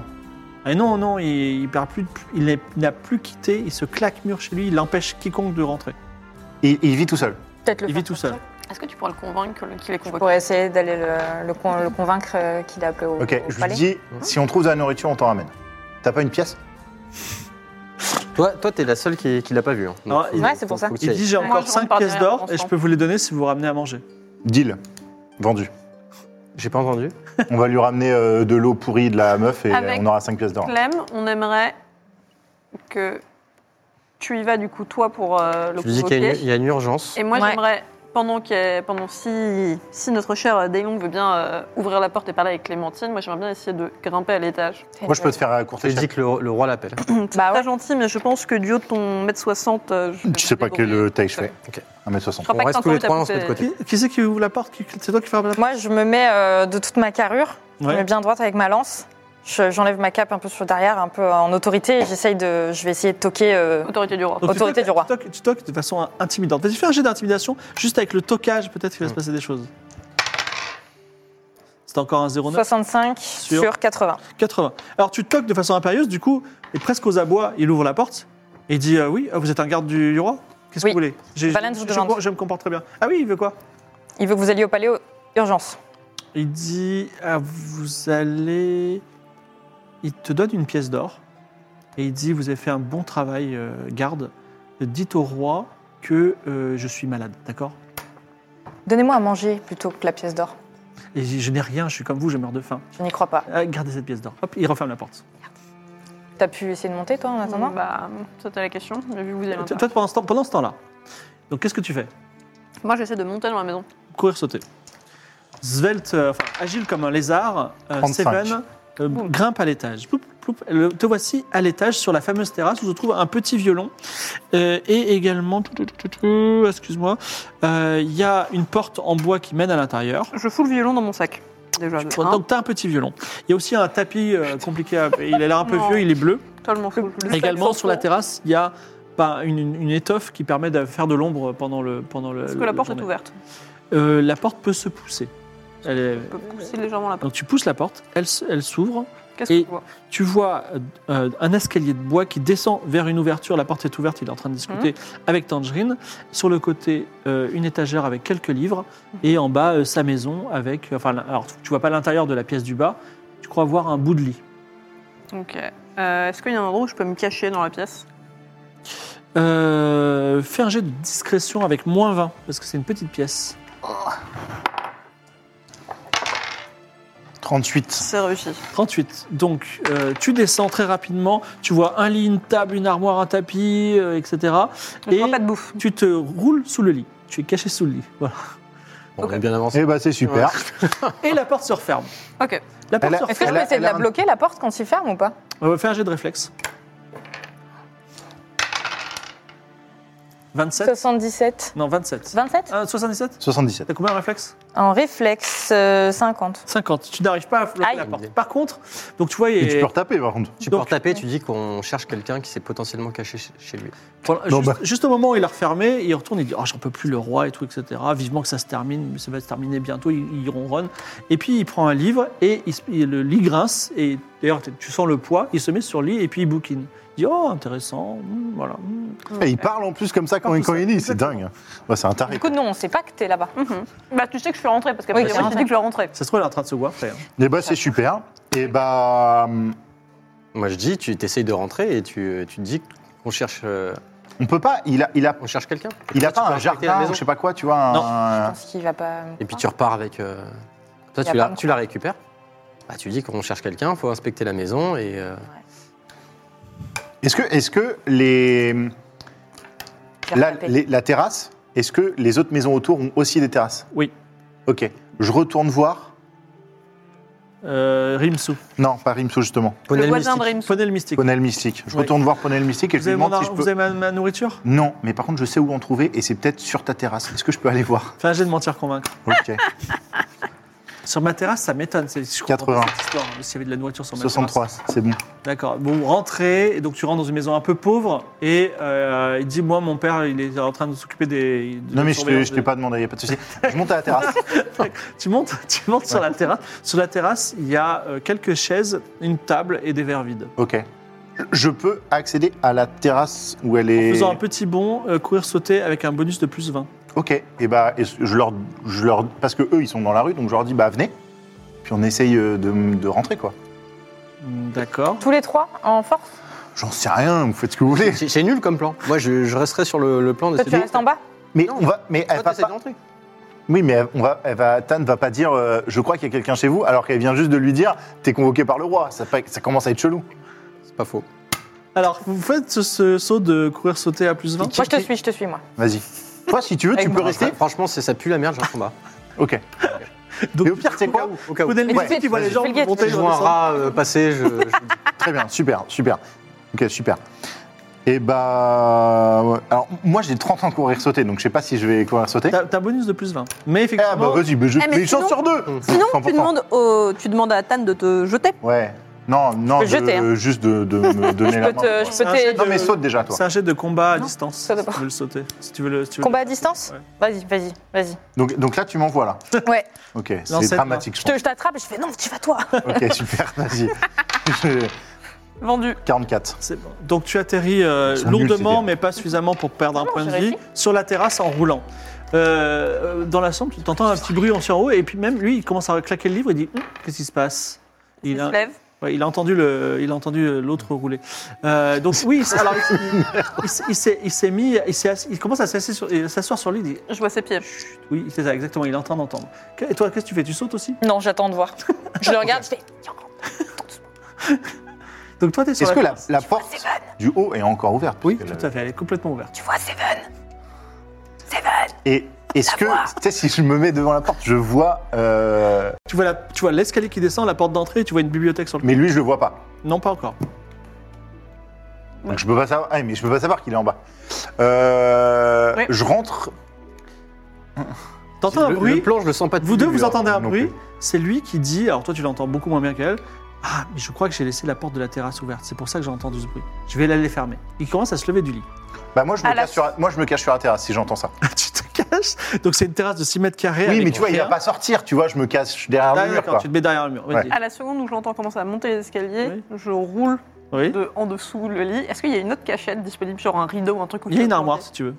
Ah non, non, il, il part plus. de- Il n'est- il n'a plus quitté. Il se claque mur chez lui. Il empêche quiconque de rentrer.
il, il vit tout seul.
Peut-être le
Il
faire
vit tout seul.
Est-ce que tu pourras le convaincre que le- qu'il est
Je
convoqué
pourrais essayer d'aller le, le con- le convaincre euh, qu'il a appelé au,
Ok,
au
je lui
palais.
dis, si on trouve de la nourriture, on t'en ramène. T'as pas une pièce
Toi, toi, t'es la seule qui, qui l'a pas vu. hein. Donc,
Ah,
faut-
il-
Ouais, c'est pour
faut-
ça.
faut que tu y
Il
ailles.
dit j'ai
Moi,
encore
je rentre
5
par
pièces
derrière,
d'or et je
ensemble.
peux vous les donner si vous ramenez à manger.
Deal. Vendu.
J'ai pas entendu.
On va lui ramener euh, de l'eau pourrie de la meuf et
Avec
on aura 5 pièces d'or.
Clem, on aimerait que tu y vas du coup toi pour euh, le
Tu lui dis qu'il y, a une- il
convoquer.
y a une urgence.
Et moi
Ouais.
j'aimerais pendant que pendant si si notre cher euh, Daylong veut bien euh, ouvrir la porte et parler avec Clémentine, moi j'aimerais bien essayer de grimper à l'étage.
Moi, je peux te faire euh, courte
Tu lui dis
échelle.
que le, le roi l'appelle.
C'est
Bah
pas
ouais.
gentil, mais je pense que du haut de ton mètre 60, euh, je
Tu sais pas quelle taille je fais.
Ok.
1m60.
crois
On
pas que
reste
t'as
tous les
encore
trois,
eu
on se
ta
met de côté.
Qui, qui c'est qui ouvre la porte Qui- C'est toi qui ferme la porte
Moi, je me mets euh, de toute ma carrure, je me
Ouais.
mets bien droite avec ma lance. Je- J'enlève ma cape un peu sur derrière, un peu en autorité, et j'essaye de, je vais essayer de toquer. euh,
Autorité du roi.
Donc, tu
Autorité
toques-
du roi.
Tu toques, tu toques de façon intimidante. Vas-y, fais un jet d'intimidation, juste avec le toquage, peut-être qu'il va se passer des choses. C'est encore un 0,9
65
Sur
sur, 80.
80. Alors tu toques de façon impérieuse, du coup, et presque aux abois, il ouvre la porte et il dit euh, Oui, euh, vous êtes un garde du, du roi Qu'est-ce que
Oui.
vous voulez J'ai-
Valens
je,
vous
je-
demande.
je me comporte très bien. Ah oui, il veut quoi
Il veut que vous alliez au palais au- urgence.
Il dit ah, Vous allez. Il te donne une pièce d'or et il dit Vous avez fait un bon travail, euh, garde. Dites au roi que euh, je suis malade, d'accord
Donnez-moi à manger plutôt que la pièce d'or.
Et il dit, je n'ai rien, je suis comme vous, je meurs de faim.
Je n'y crois pas.
Ah, gardez cette pièce d'or. Hop, il referme la porte.
T'as pu essayer de monter toi en attendant
Bah, c'était la question, mais vu que vous y avez
Euh, Toi,
intérêt.
toi, pendant ce temps- pendant ce temps-là, Donc qu'est-ce que tu fais
Moi, j'essaie de monter dans la maison.
Courir, sauter. Svelte, euh, enfin, agile comme un lézard, euh,
35.
Seven euh, grimpe à l'étage. Ploup, ploup. Le- te voici à l'étage sur la fameuse terrasse où se trouve un petit violon. Euh, et également, tu, tu, tu, tu, tu, excuse-moi, euh, il y a une porte en bois qui mène à l'intérieur.
Je fous le violon dans mon sac. Déjà, de
Bon,
un.
donc t'as un petit violon. Il y a aussi un tapis euh, compliqué. à- Il a l'air un peu
Non.
vieux, il est bleu.
Totalement fou. Le sac
Également
sans
sur la
fond.
terrasse, il y a bah, une, une- une étoffe qui permet de faire de l'ombre pendant le pendant le.
Est-ce que la porte est
journée.
ouverte
Euh, La porte peut se pousser. Elle est-
Je peux pousser légèrement la porte.
Donc tu pousses la porte, elle, s- elle s'ouvre.
Qu'est-ce que
Et-
tu vois
Tu vois euh, euh, un escalier de bois qui descend vers une ouverture. La porte est ouverte. Il est en train de discuter
Mmh.
avec Tangerine. Sur le côté, euh, une étagère avec quelques livres
Mmh.
et en bas euh, sa maison avec. Enfin, la- alors tu vois pas l'intérieur de la pièce du bas. Tu crois voir un bout de lit.
Ok. Euh, Est-ce qu'il y a un endroit où je peux me cacher dans la pièce
Euh, fais un jet de discrétion avec moins 20, parce que c'est une petite pièce.
38.
C'est réussi.
38. Donc, euh, tu descends très rapidement, tu vois un lit, une table, une armoire, un tapis, euh, etc.
Je
Et
vois pas de bouffe.
tu te roules sous le lit. Tu es caché sous le lit. Voilà.
Bon, On est bien avancé.
Eh bah c'est super.
Et la porte se referme.
Ok.
La porte
Elle a-
se
Est-ce que
referme.
je
Elle
peux
a-
essayer de
elle a
la
un-
bloquer, la porte, quand il ferme ou pas
Euh, fais un jet de réflexe. 27
77.
Non, 27.
27
Ah, 77
77.
T'as combien en réflexe
En réflexe, euh, 50.
50. Tu n'arrives pas à bloquer
Aïe.
la porte. Par contre, donc tu vois, il y
Et tu
a-
peux retaper par contre.
Tu peux
Donc-
retaper, tu dis qu'on cherche quelqu'un qui s'est potentiellement caché chez- chez lui.
Voilà,
Non,
juste,
bah.
juste au moment où il a refermé, il retourne et dit Oh, j'en peux plus le roi et tout, etc. Vivement que ça se termine, mais ça va se terminer bientôt. Il, il ronronne. Et puis il prend un livre et il se- il- le lit grince. Et d'ailleurs, t- tu sens le poids. Il se met sur le lit et puis il bouquine. Il dit Oh, intéressant. hmm, voilà. hmm.
Et il parle en plus comme ça quand,
Comme
il- quand
ça,
il lit, c'est dingue. Ouais, c'est un taré.
Du coup, non, on sait pas que t'es là-bas.
Mhm. Bah, tu sais que je suis rentrée parce qu'après,
Oui,
j'ai
c'est
dit que je rentrais.
Ça se trouve, il est en train de se goinfrer. hein.
Et bah c'est super. Et bah hum,
Moi, je dis, tu t'essayes de rentrer et tu, tu te dis qu'on cherche, euh,
on peut pas. Il a, il a,
on cherche quelqu'un.
il a
Tu peux
pas un
respecter la
jardin
maison.
ou je sais pas quoi, tu vois.
Je
Un...
pense qu'il va pas.
Et puis tu repars avec. euh, Toi,
Y a
tu la,
pas de-
tu la récupères. Bah, tu dis qu'on cherche quelqu'un, il faut inspecter la maison et. euh,
Est-ce que, est-ce que les, hum,
J'ai
la,
retapé.
les- la terrasse, est-ce que les autres maisons autour ont aussi des terrasses
Oui.
Ok. Je retourne voir.
Euh, Rimsu.
Non, pas Rimso justement.
Poney
le voisin
mystique.
de Rims.
Poney le mystique.
Ponel Mystique. Je
Ouais.
retourne voir Ponel Mystique et je
Vous
lui
avez, mon
demande si
ar-
je
vous
peux.
avez ma, ma nourriture
Non, mais par contre, je sais où en trouver et c'est peut-être sur ta terrasse. Est-ce que je peux aller voir
Fais un jet de mentir convaincre. [laughs]
Ok.
Sur ma terrasse, ça m'étonne. c'est- je comprends pas
80.
cette histoire, hein, S'il y avait de la nourriture sur ma terrasse.
63, c'est bon.
D'accord. Bon, vous rentrez, et donc tu rentres dans une maison un peu pauvre, et euh, il dit Moi, mon père, il est en train de s'occuper des. de
Non,
la
mais je te-
surveillance
je t'ai
de-
pas demandé, il n'y a pas de souci. Je monte à la terrasse.
Tu montes, [laughs] tu montes sur la terrasse. Sur la terrasse, il y a euh, quelques chaises, une table et des verres vides.
Ok. Je peux accéder à la terrasse où elle
En
est.
faisant un petit bond, euh, courir sauter avec un bonus de plus 20.
Ok. Et bah, et je leur, je leur, parce que eux, ils sont dans la rue, donc je leur dis, bah venez. Puis on essaye euh, de, de rentrer, quoi.
Hmm, D'accord.
Tous les trois, en force
J'en sais rien. Vous faites ce que vous voulez.
C'est c'est nul comme plan. Moi, je, je resterai sur le, le plan de
Toi, tu restes en bas
Mais
Non,
on va, mais elle va
Toi, t'essaies de
pas.
rentrer.
Oui, mais elle- on va, elle va, Tan va pas dire, euh, je crois qu'il y a quelqu'un chez vous, alors qu'elle vient juste de lui dire, t'es convoqué par le roi. Ça, fait- ça commence à être chelou.
C'est pas faux.
Alors, vous faites ce, ce saut de courir sauter à plus 20
Moi, je te suis, je te suis, moi.
Vas-y. Toi, si tu veux, tu
Avec
peux
moi.
rester.
Franchement, c'est- ça pue la merde, je [laughs] reste en bas.
Ok.
Donc,
Mais au pire, c'est quoi
Au cas où.
Vous donnez le
Ouais,
mystique, il voit
vas-y.
les gens
Fais le guet,
monter,
Si je vois un
redescendre.
rat euh, passer, je. je-
Très bien, super, super. Ok, super. Et bah. ouais. Alors, moi j'ai 30 ans de courir sauter, donc je sais pas si je vais courir sauter.
T'as t'as un bonus de plus 20. Mais effectivement,
Ah bah vas-y, mais je
Eh, mais
mais une chance sur
sinon-
deux
Sinon, tu
100%.
demandes, au- tu demandes à Tan de te jeter.
Ouais. Non, non,
peux
de-
jeter, hein.
juste de, de
[laughs]
me donner
Je
la
peux
main.
te. Je
C'est
peux
un
t'aider.
jet
Non, mais saute déjà, toi.
c'est un jet de combat à distance.
ça va
si
pas.
tu veux le sauter. Si tu veux le, si tu veux
Combat à
le-
distance
Ouais.
Vas-y, vas-y, vas-y.
Donc, donc là, tu m'envoies là.
Ouais.
Ok, c'est
Lancette,
dramatique, je
Je te- je t'attrape et je fais non, tu vas toi.
pense. Ok, super, vas-y. [laughs] Je-
Vendu.
44.
C'est bon. Donc tu atterris euh,
Ils sont nuls, ces
lourdement,
gars.
mais pas suffisamment pour perdre un
non,
point de
j'ai
vie,
réussi.
sur la terrasse en roulant. Euh, euh, dans la somme, tu t'entends un petit bruit en sur haut, et puis même lui, il commence à claquer le livre, il dit Hum, Qu'est-ce qui se passe
Il
il
se
a,
lève.
ouais, il a entendu le, il a entendu euh, l'autre rouler. Euh, [laughs] donc oui, c'est- alors il, il s- il s'est, il s'est mis, il, s'est assis- il commence à s'asseoir sur, il s'asseoir sur lui. Il dit,
Je vois ses pieds.
oui, c'est ça, exactement. Il est en train d'entendre. Que- Et toi, qu'est-ce que tu fais Tu sautes aussi
Non, j'attends de voir. Je le regarde, je fais.
Donc toi, t'es sur
Est-ce
la
que la,
terrasse.
la porte du haut est encore ouverte
Oui,
Parce que
tout à fait. Elle est complètement ouverte.
Tu vois Seven
Et est-ce que, tu sais, si je me mets devant la porte, je vois. euh,
Tu vois la- tu vois l'escalier qui descend, la porte d'entrée, et tu vois une bibliothèque sur le.
mais lui, je le vois pas.
Non, pas encore.
Donc je peux pas savoir. Ah, mais je peux pas savoir qu'il est en bas. Euh,
Oui.
Je rentre.
T'entends un
le,
bruit
le plan, je le sens pas. depuis
Vous
le
deux, vous
mur,
entendez un
non
bruit.
plus.
C'est lui qui dit, alors toi tu l'entends beaucoup moins bien qu'elle. Ah, mais je crois que j'ai laissé la porte de la terrasse ouverte. C'est pour ça que j'ai entendu ce bruit. Je vais l'aller fermer. Il commence à se lever du lit.
Bah moi, je me,
À la-
cache, sur, la- moi, je me cache sur la terrasse si j'entends ça.
Ah, [laughs] tu te caches Donc c'est une terrasse de 6 mètres carrés.
Oui,
avec
mais tu vois, il va
rien.
pas sortir. Tu vois, je me cache derrière
Ah,
le mur.
d'accord,
Quoi.
tu te mets derrière le mur. Vas-y.
À la seconde où je l'entends commencer à monter les escaliers, je roule
Oui.
de, en dessous le lit. Est-ce qu'il y a une autre cachette disponible, genre un rideau, un truc où
Il y a
je
une
peux
armoire
monter
si tu veux.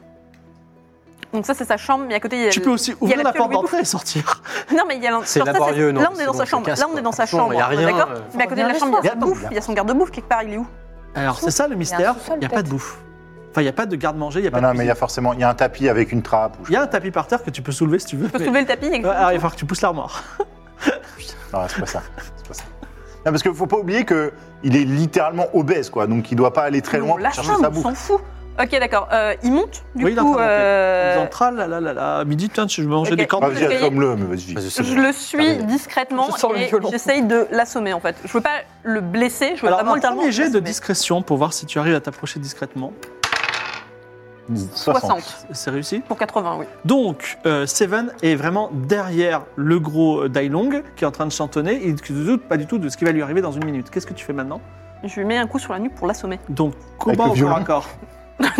Donc ça, c'est sa chambre, mais à côté, il y a.
Tu
le-
peux aussi
il y a
ouvrir la
piole
porte
Louis
d'entrée et sortir.
Non, mais il y a.
C'est
genre ça,
laborieux, non,
Là, on
c'est
est dans
bon,
sa
je
chambre.
casse,
Là, on est dans sa
Franchement,
chambre.
il y a rien,
D'accord.
euh,
Mais à côté de la
Faut
chambre, il y a sa
regarder
bouffe,
ça.
il y a son garde-bouffe quelque part. Il est où
Alors c'est ça le mystère.
sous-sol,
Il n'y a pas de
peut-être.
bouffe. Enfin, il n'y a pas de garde-manger, il n'y a
Non,
pas
non,
de.
mais il y a
cuisine.
forcément. Il y a un tapis avec une trappe. Ou je...
Il y a un tapis par terre que tu peux soulever si tu veux.
Je peux
mais-
soulever le tapis.
Euh,
Ouais,
ah,
alors, il va falloir que tu pousses l'armoire.
Non, c'est pas ça. C'est pas ça. Non, parce qu'il faut pas oublier que il est littéralement obèse, quoi. Donc il doit pas aller très loin
La
pour chercher
chambre,
sa
on
bouffe.
s'en fout. Ok, d'accord. Euh, il monte, du
Oui, il est en
coup.
train de monter.
euh,
Ils entrent, ah là là là là, à midi, tiens, je vais manger
Ok.
des cornes.
Ah, vas-y,
Parce que-
assomme-le, mais vas-y.
Vas-y, c'est
Je
bon.
le suis discrètement
Je sors le
et
violon.
j'essaye de l'assommer en fait. Je veux pas le blesser, je veux
Alors,
vraiment
un
le talent.
premier jet de discrétion pour voir si tu arrives à t'approcher discrètement.
60
C'est réussi.
pour 80, oui.
Donc, euh, Seven est vraiment derrière le gros euh, Dai Long qui est en train de chantonner et qui ne se doute pas du tout de ce qui va lui arriver dans une minute. Qu'est-ce que tu fais maintenant
Je lui mets un coup sur la nuque pour l'assommer. [laughs]
Donc,
Avec
combat au
le
corps à
violon [laughs]
corps.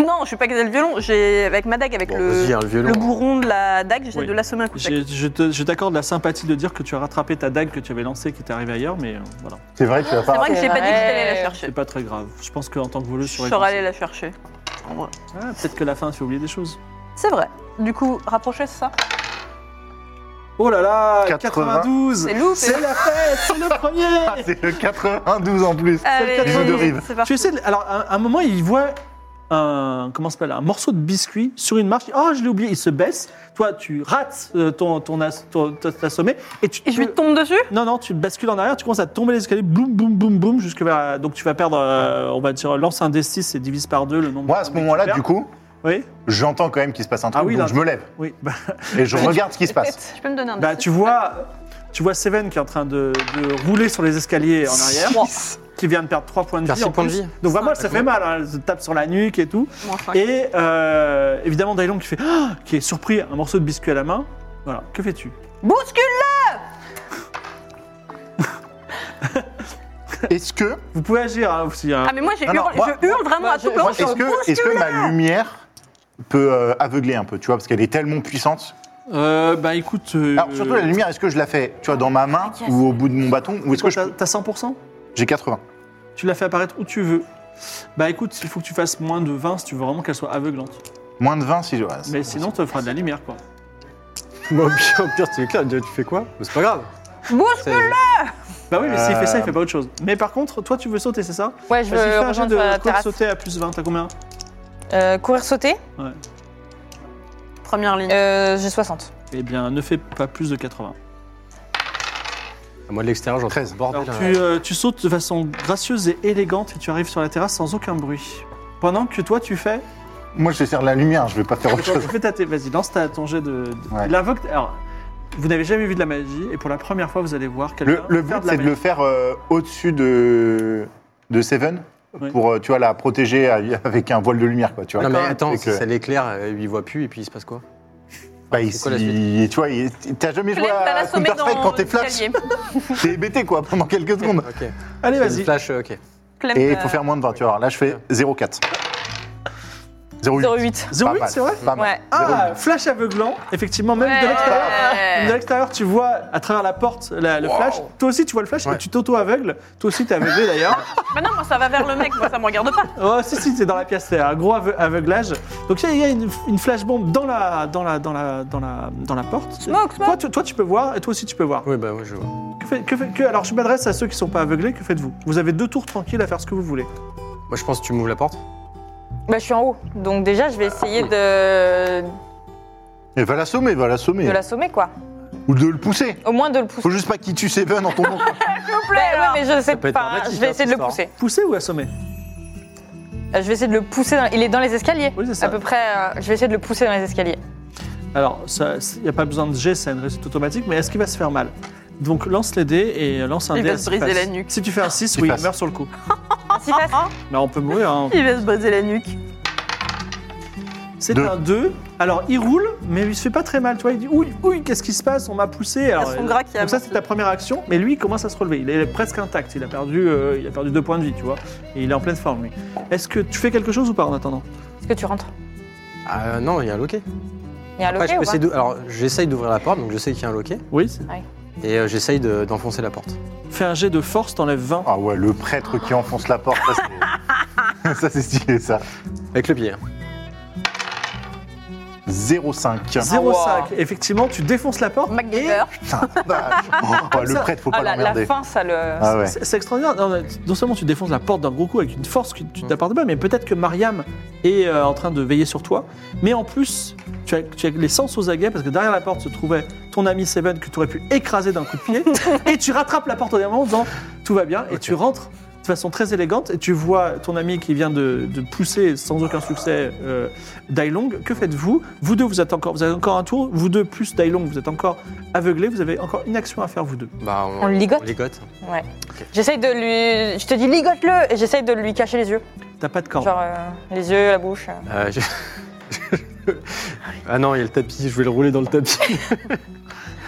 non, je suis pas que le violon, j'ai avec ma dague, avec
Bon,
le,
vas-y, hein, le violon.
le bourron de la dague, j'essaye
Oui.
de l'assommer un coup de dague.
J'ai- Je te- je t'accorde la sympathie de dire que tu as rattrapé ta dague que tu avais lancée qui t'est arrivée ailleurs, mais euh, voilà,
C'est vrai que tu vas
C'est
pas.
vrai que j'ai pas dit que j'allais la
Ouais.
c'est
chercher.
pas très grave. Je pense qu'en tant que voleuse,
Je
tu aurais
serais
pensé.
allée la chercher. En vrai.
Ah, Peut-être que la fin fait oublier des choses.
C'est vrai. Du coup, rapprocher c'est ça.
Oh là là,
80.
92
C'est loupé.
C'est la fête, c'est le
[laughs]
premier
[laughs] C'est le 92 en plus.
Allez,
bisou de rive.
c'est parti.
Tu sais, alors à un moment, il voit un, comment ça s'appelle, un morceau de biscuit sur une marche. Il dit, Oh, je l'ai oublié. Il se baisse. Toi, tu rates euh, ton, ton, as- ton- ta- ta sommée et tu
Et je lui
tu-
tombe dessus
Non, non, tu bascules en arrière. Tu commences à tomber les escaliers. Boum, boum, boum, boum. Jusque vers. Donc, tu vas perdre, euh, on va dire, lance un D6 et divise par deux le nombre.
Moi, à ce moment-là, du coup,
Oui,
j'entends quand même qu'il se passe un truc,
Ah oui,
donc
là-
je me lève
oui. Bah,
et je regarde ce qui se passe.
Je peux me donner un
bah,
petit-
tu vois. Tu vois Seven qui est en train de, de rouler sur les escaliers en arrière, qui vient de perdre 3 points de
Merci
vie. en
point de
plus.
vie.
Donc
Ah,
vraiment, ça fait mal, hein, elle se tape sur la nuque et tout.
Moins cinq.
Et euh, évidemment, Dailon qui fait Ah qui est surpris, un morceau de biscuit à la main. Voilà, que fais-tu
Bouscule
Est-ce que,
Vous pouvez agir hein, aussi. hein.
Ah, mais moi, j'ai
Non, non,
hurle,
moi-
je hurle vraiment
moi,
à tout
je-
blanc.
est-ce que, est-ce que ma lumière peut euh, aveugler un peu, tu vois, parce qu'elle est tellement puissante.
Euh, bah écoute. euh,
Alors surtout la lumière, est-ce que je la fais, tu vois, dans ma main ou au bout de mon bâton, ou est-ce que
quoi,
je
T'as
peux...
t'as 100%
J'ai 80.
Tu la fais apparaître où tu veux. Bah écoute, il faut que tu fasses moins de 20 si tu veux vraiment qu'elle soit aveuglante.
Moins de 20 si je ouais,
Mais sinon, tu feras de la lumière quoi.
Bah, au pire, au pire, tu éclates, tu fais quoi Bah, C'est pas grave.
Bouscule
C'est-
Bah oui, mais s'il fait ça, il
Euh.
fait pas autre chose. Mais par contre, toi, tu veux sauter, c'est ça
Ouais, je
Vas-y, fais
veux
un jeu
rejoindre la
de course
terrasse.
sauter à plus 20. T'as combien
Euh, courir sauter,
Première ligne.
euh, j'ai 60.
Eh bien, ne fais pas plus de 80.
Moi de l'extérieur, j'entends
13.
ce bordel.
Alors,
hein.
tu, euh, tu sautes de façon gracieuse et élégante et tu arrives sur la terrasse sans aucun bruit. Pendant que toi, tu fais
Moi, je vais faire de la lumière, je vais pas faire
[laughs]
autre chose.
Fais ta t- Vas-y, lance ta, ton jet de. de-
Ouais.
il invoque- Alors, vous n'avez jamais vu de la magie, et pour la première fois, vous allez voir
Le,
quelqu'un.
le
faire
but,
la
c'est de le
magie.
faire euh, au-dessus de, de Seven
Oui.
pour, euh, tu vois, la protéger à- avec un voile de lumière, quoi, tu vois.
Non, mais
Avec,
attends,
euh,
si ça l'éclaire, euh, il voit plus et puis il se passe quoi
bah, il-
c'est quoi la suite
il- tu vois, il- t'as jamais joué
Clem va
à
la sommer
Counter-Strike
dans
quand t'es flash
l'escalier.
T'es hébété, quoi, pendant quelques secondes.
Ok.
Allez,
Une
vas-y.
Flash, euh, ok.
Clem,
Et
euh,
il faut faire moins de 20, tu vois. Alors Là, je fais 0,4. 0,8.
08.
08,
Pas mal,
c'est vrai
Pas mal.
Ouais.
Ah, flash aveuglant, effectivement, même de
Ouais.
l'extérieur.
Ouais.
De l'extérieur, tu vois à travers la porte la- le flash. Toi aussi, tu vois le flash et
Ouais.
tu t'auto-aveugles. Toi aussi, t'es aveuglé d'ailleurs.
Bah non, moi ça va vers le mec, moi ça me regarde pas.
oh, si, si, t'es dans la pièce, c'est un gros ave- aveuglage. Donc, il y a- il y a une, une flash bombe dans la, dans, la, dans, la, dans, la, dans la porte.
Smoke, smoke.
Toi, tu- toi, tu peux voir et toi aussi, tu peux voir.
Oui, bah, ouais, je vois.
Que fait- que fait- que- alors, je m'adresse à ceux qui ne sont pas aveuglés. Que faites-vous Vous avez deux tours tranquilles à faire ce que vous voulez.
Moi, je pense que tu m'ouvres la porte.
Bah, je suis en haut. Donc, déjà, je vais essayer de,
Et va l'assommer, va l'assommer.
de l'assommer, quoi.
Ou de le pousser.
Au moins de le pousser.
Faut juste pas qu'il tue Seven en tombant.
Bah, ouais, mais je sais
peut être
pas.
dramatique,
Je vais
hein,
essayer de le
cette histoire. hein.
pousser.
Pousser ou assommer
Euh, Je vais essayer de le pousser. dans- Il est dans les escaliers.
Oui, c'est ça.
À peu près, euh, je vais essayer de le pousser dans les escaliers.
Alors, il n'y a pas besoin de G, c'est une réussite automatique, mais est-ce qu'il va se faire mal Donc lance les dés et euh, lance un
Il
dé.
va
à
se
ce
briser
qu'il
la
passe.
nuque.
Si tu fais un 6,
Il
oui, il
passe.
meurt sur le coup.
S'il passe,
Mais on peut mourir. hein.
Il va se briser la nuque.
C'est
Deux.
un 2. Alors, il roule, mais il se fait pas très mal. Tu vois, il dit Ouille, ouille, qu'est-ce qui se passe On m'a poussé. Alors,
son
euh,
gras qui a
donc, ça,
amorti.
c'est ta première action, mais lui, il commence à se relever. Il est presque intact. Il a perdu, euh, il a perdu deux points de vie, tu vois. Et il est en pleine forme, lui. Est-ce que tu fais quelque chose ou pas en attendant
est-ce que tu rentres
Ah, non, il y a un loquet.
Il y a un
Après,
loquet
je
ou
peux
pas
essayer d'ou- Alors, j'essaye d'ouvrir la porte, donc je sais qu'il y a un loquet,
Oui. c'est-
et euh, j'essaye de- d'enfoncer la porte.
Fais un jet de force, t'enlèves 20.
Ah ouais, le prêtre qui enfonce la porte, ça c'est- [laughs] ça c'est stylé ça.
Avec le pied. hein.
0,5.
Ah,
0,5. Effectivement, tu défonces la porte.
MacGyver.
Putain, vache. Oh, le
ça.
prêtre, faut
Ah,
pas
la, la
l'emmerder.
fin, ça le.
Ah ouais.
C'est c'est extraordinaire. Non, mais non seulement tu défonces la porte d'un gros coup avec une force que tu t'apportes pas, mais peut-être que Mariam est euh, en train de veiller sur toi. Mais en plus, tu as, tu as les sens aux aguets parce que derrière la porte se trouvait ton ami Seven que tu aurais pu écraser d'un coup de pied. et tu rattrapes la porte au dernier moment en disant tout va bien et tu rentres de façon très élégante et tu vois ton ami qui vient de, de pousser sans aucun succès euh, Dailong. Que faites-vous Vous deux, vous êtes encore, vous avez encore un tour. Vous deux plus Dailong, vous êtes encore aveuglés. Vous avez encore une action à faire vous deux.
Bah,
On le ligote
On ligote.
J'essaye de lui. Je te dis, ligote-le Et j'essaye de lui cacher les yeux.
T'as pas de corde.
Genre, euh, les yeux, la bouche. euh.
Euh, je- [laughs] ah non, il y a le tapis, je vais le rouler dans le tapis.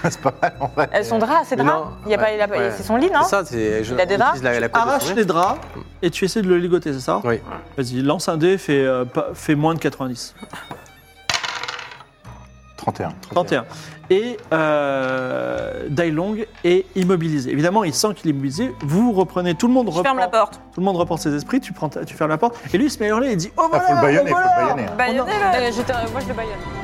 C'est pas mal en vrai.
Euh, Son drap, c'est
Bah, Mais
drap
non,
Il y a pas,
ouais,
il a pas-
ouais.
C'est son lit, non
C'est ça, c'est. je-
Il a des
on
draps
utilise la, la couette de
Arrache
souris.
les draps
Hmm.
et tu essaies de le ligoter, c'est ça
Oui.
Vas-y, lance un dé, fais, euh, pas- fais moins de 90.
31.
31. Et euh, Dailong est immobilisé. Évidemment, il sent qu'il est immobilisé. Vous reprenez, tout le monde
Je
reprend,
ferme la porte.
tout le monde reprend ses esprits, tu, prends ta- tu fermes la porte. Et lui, il se met à hurler et dit Oh
Ah,
voilà
faut le baïonner, hein.
oh
faut
voilà
le baïonner.
Baïonnez-le. Euh, Bah, je te- Moi, je le baïonne.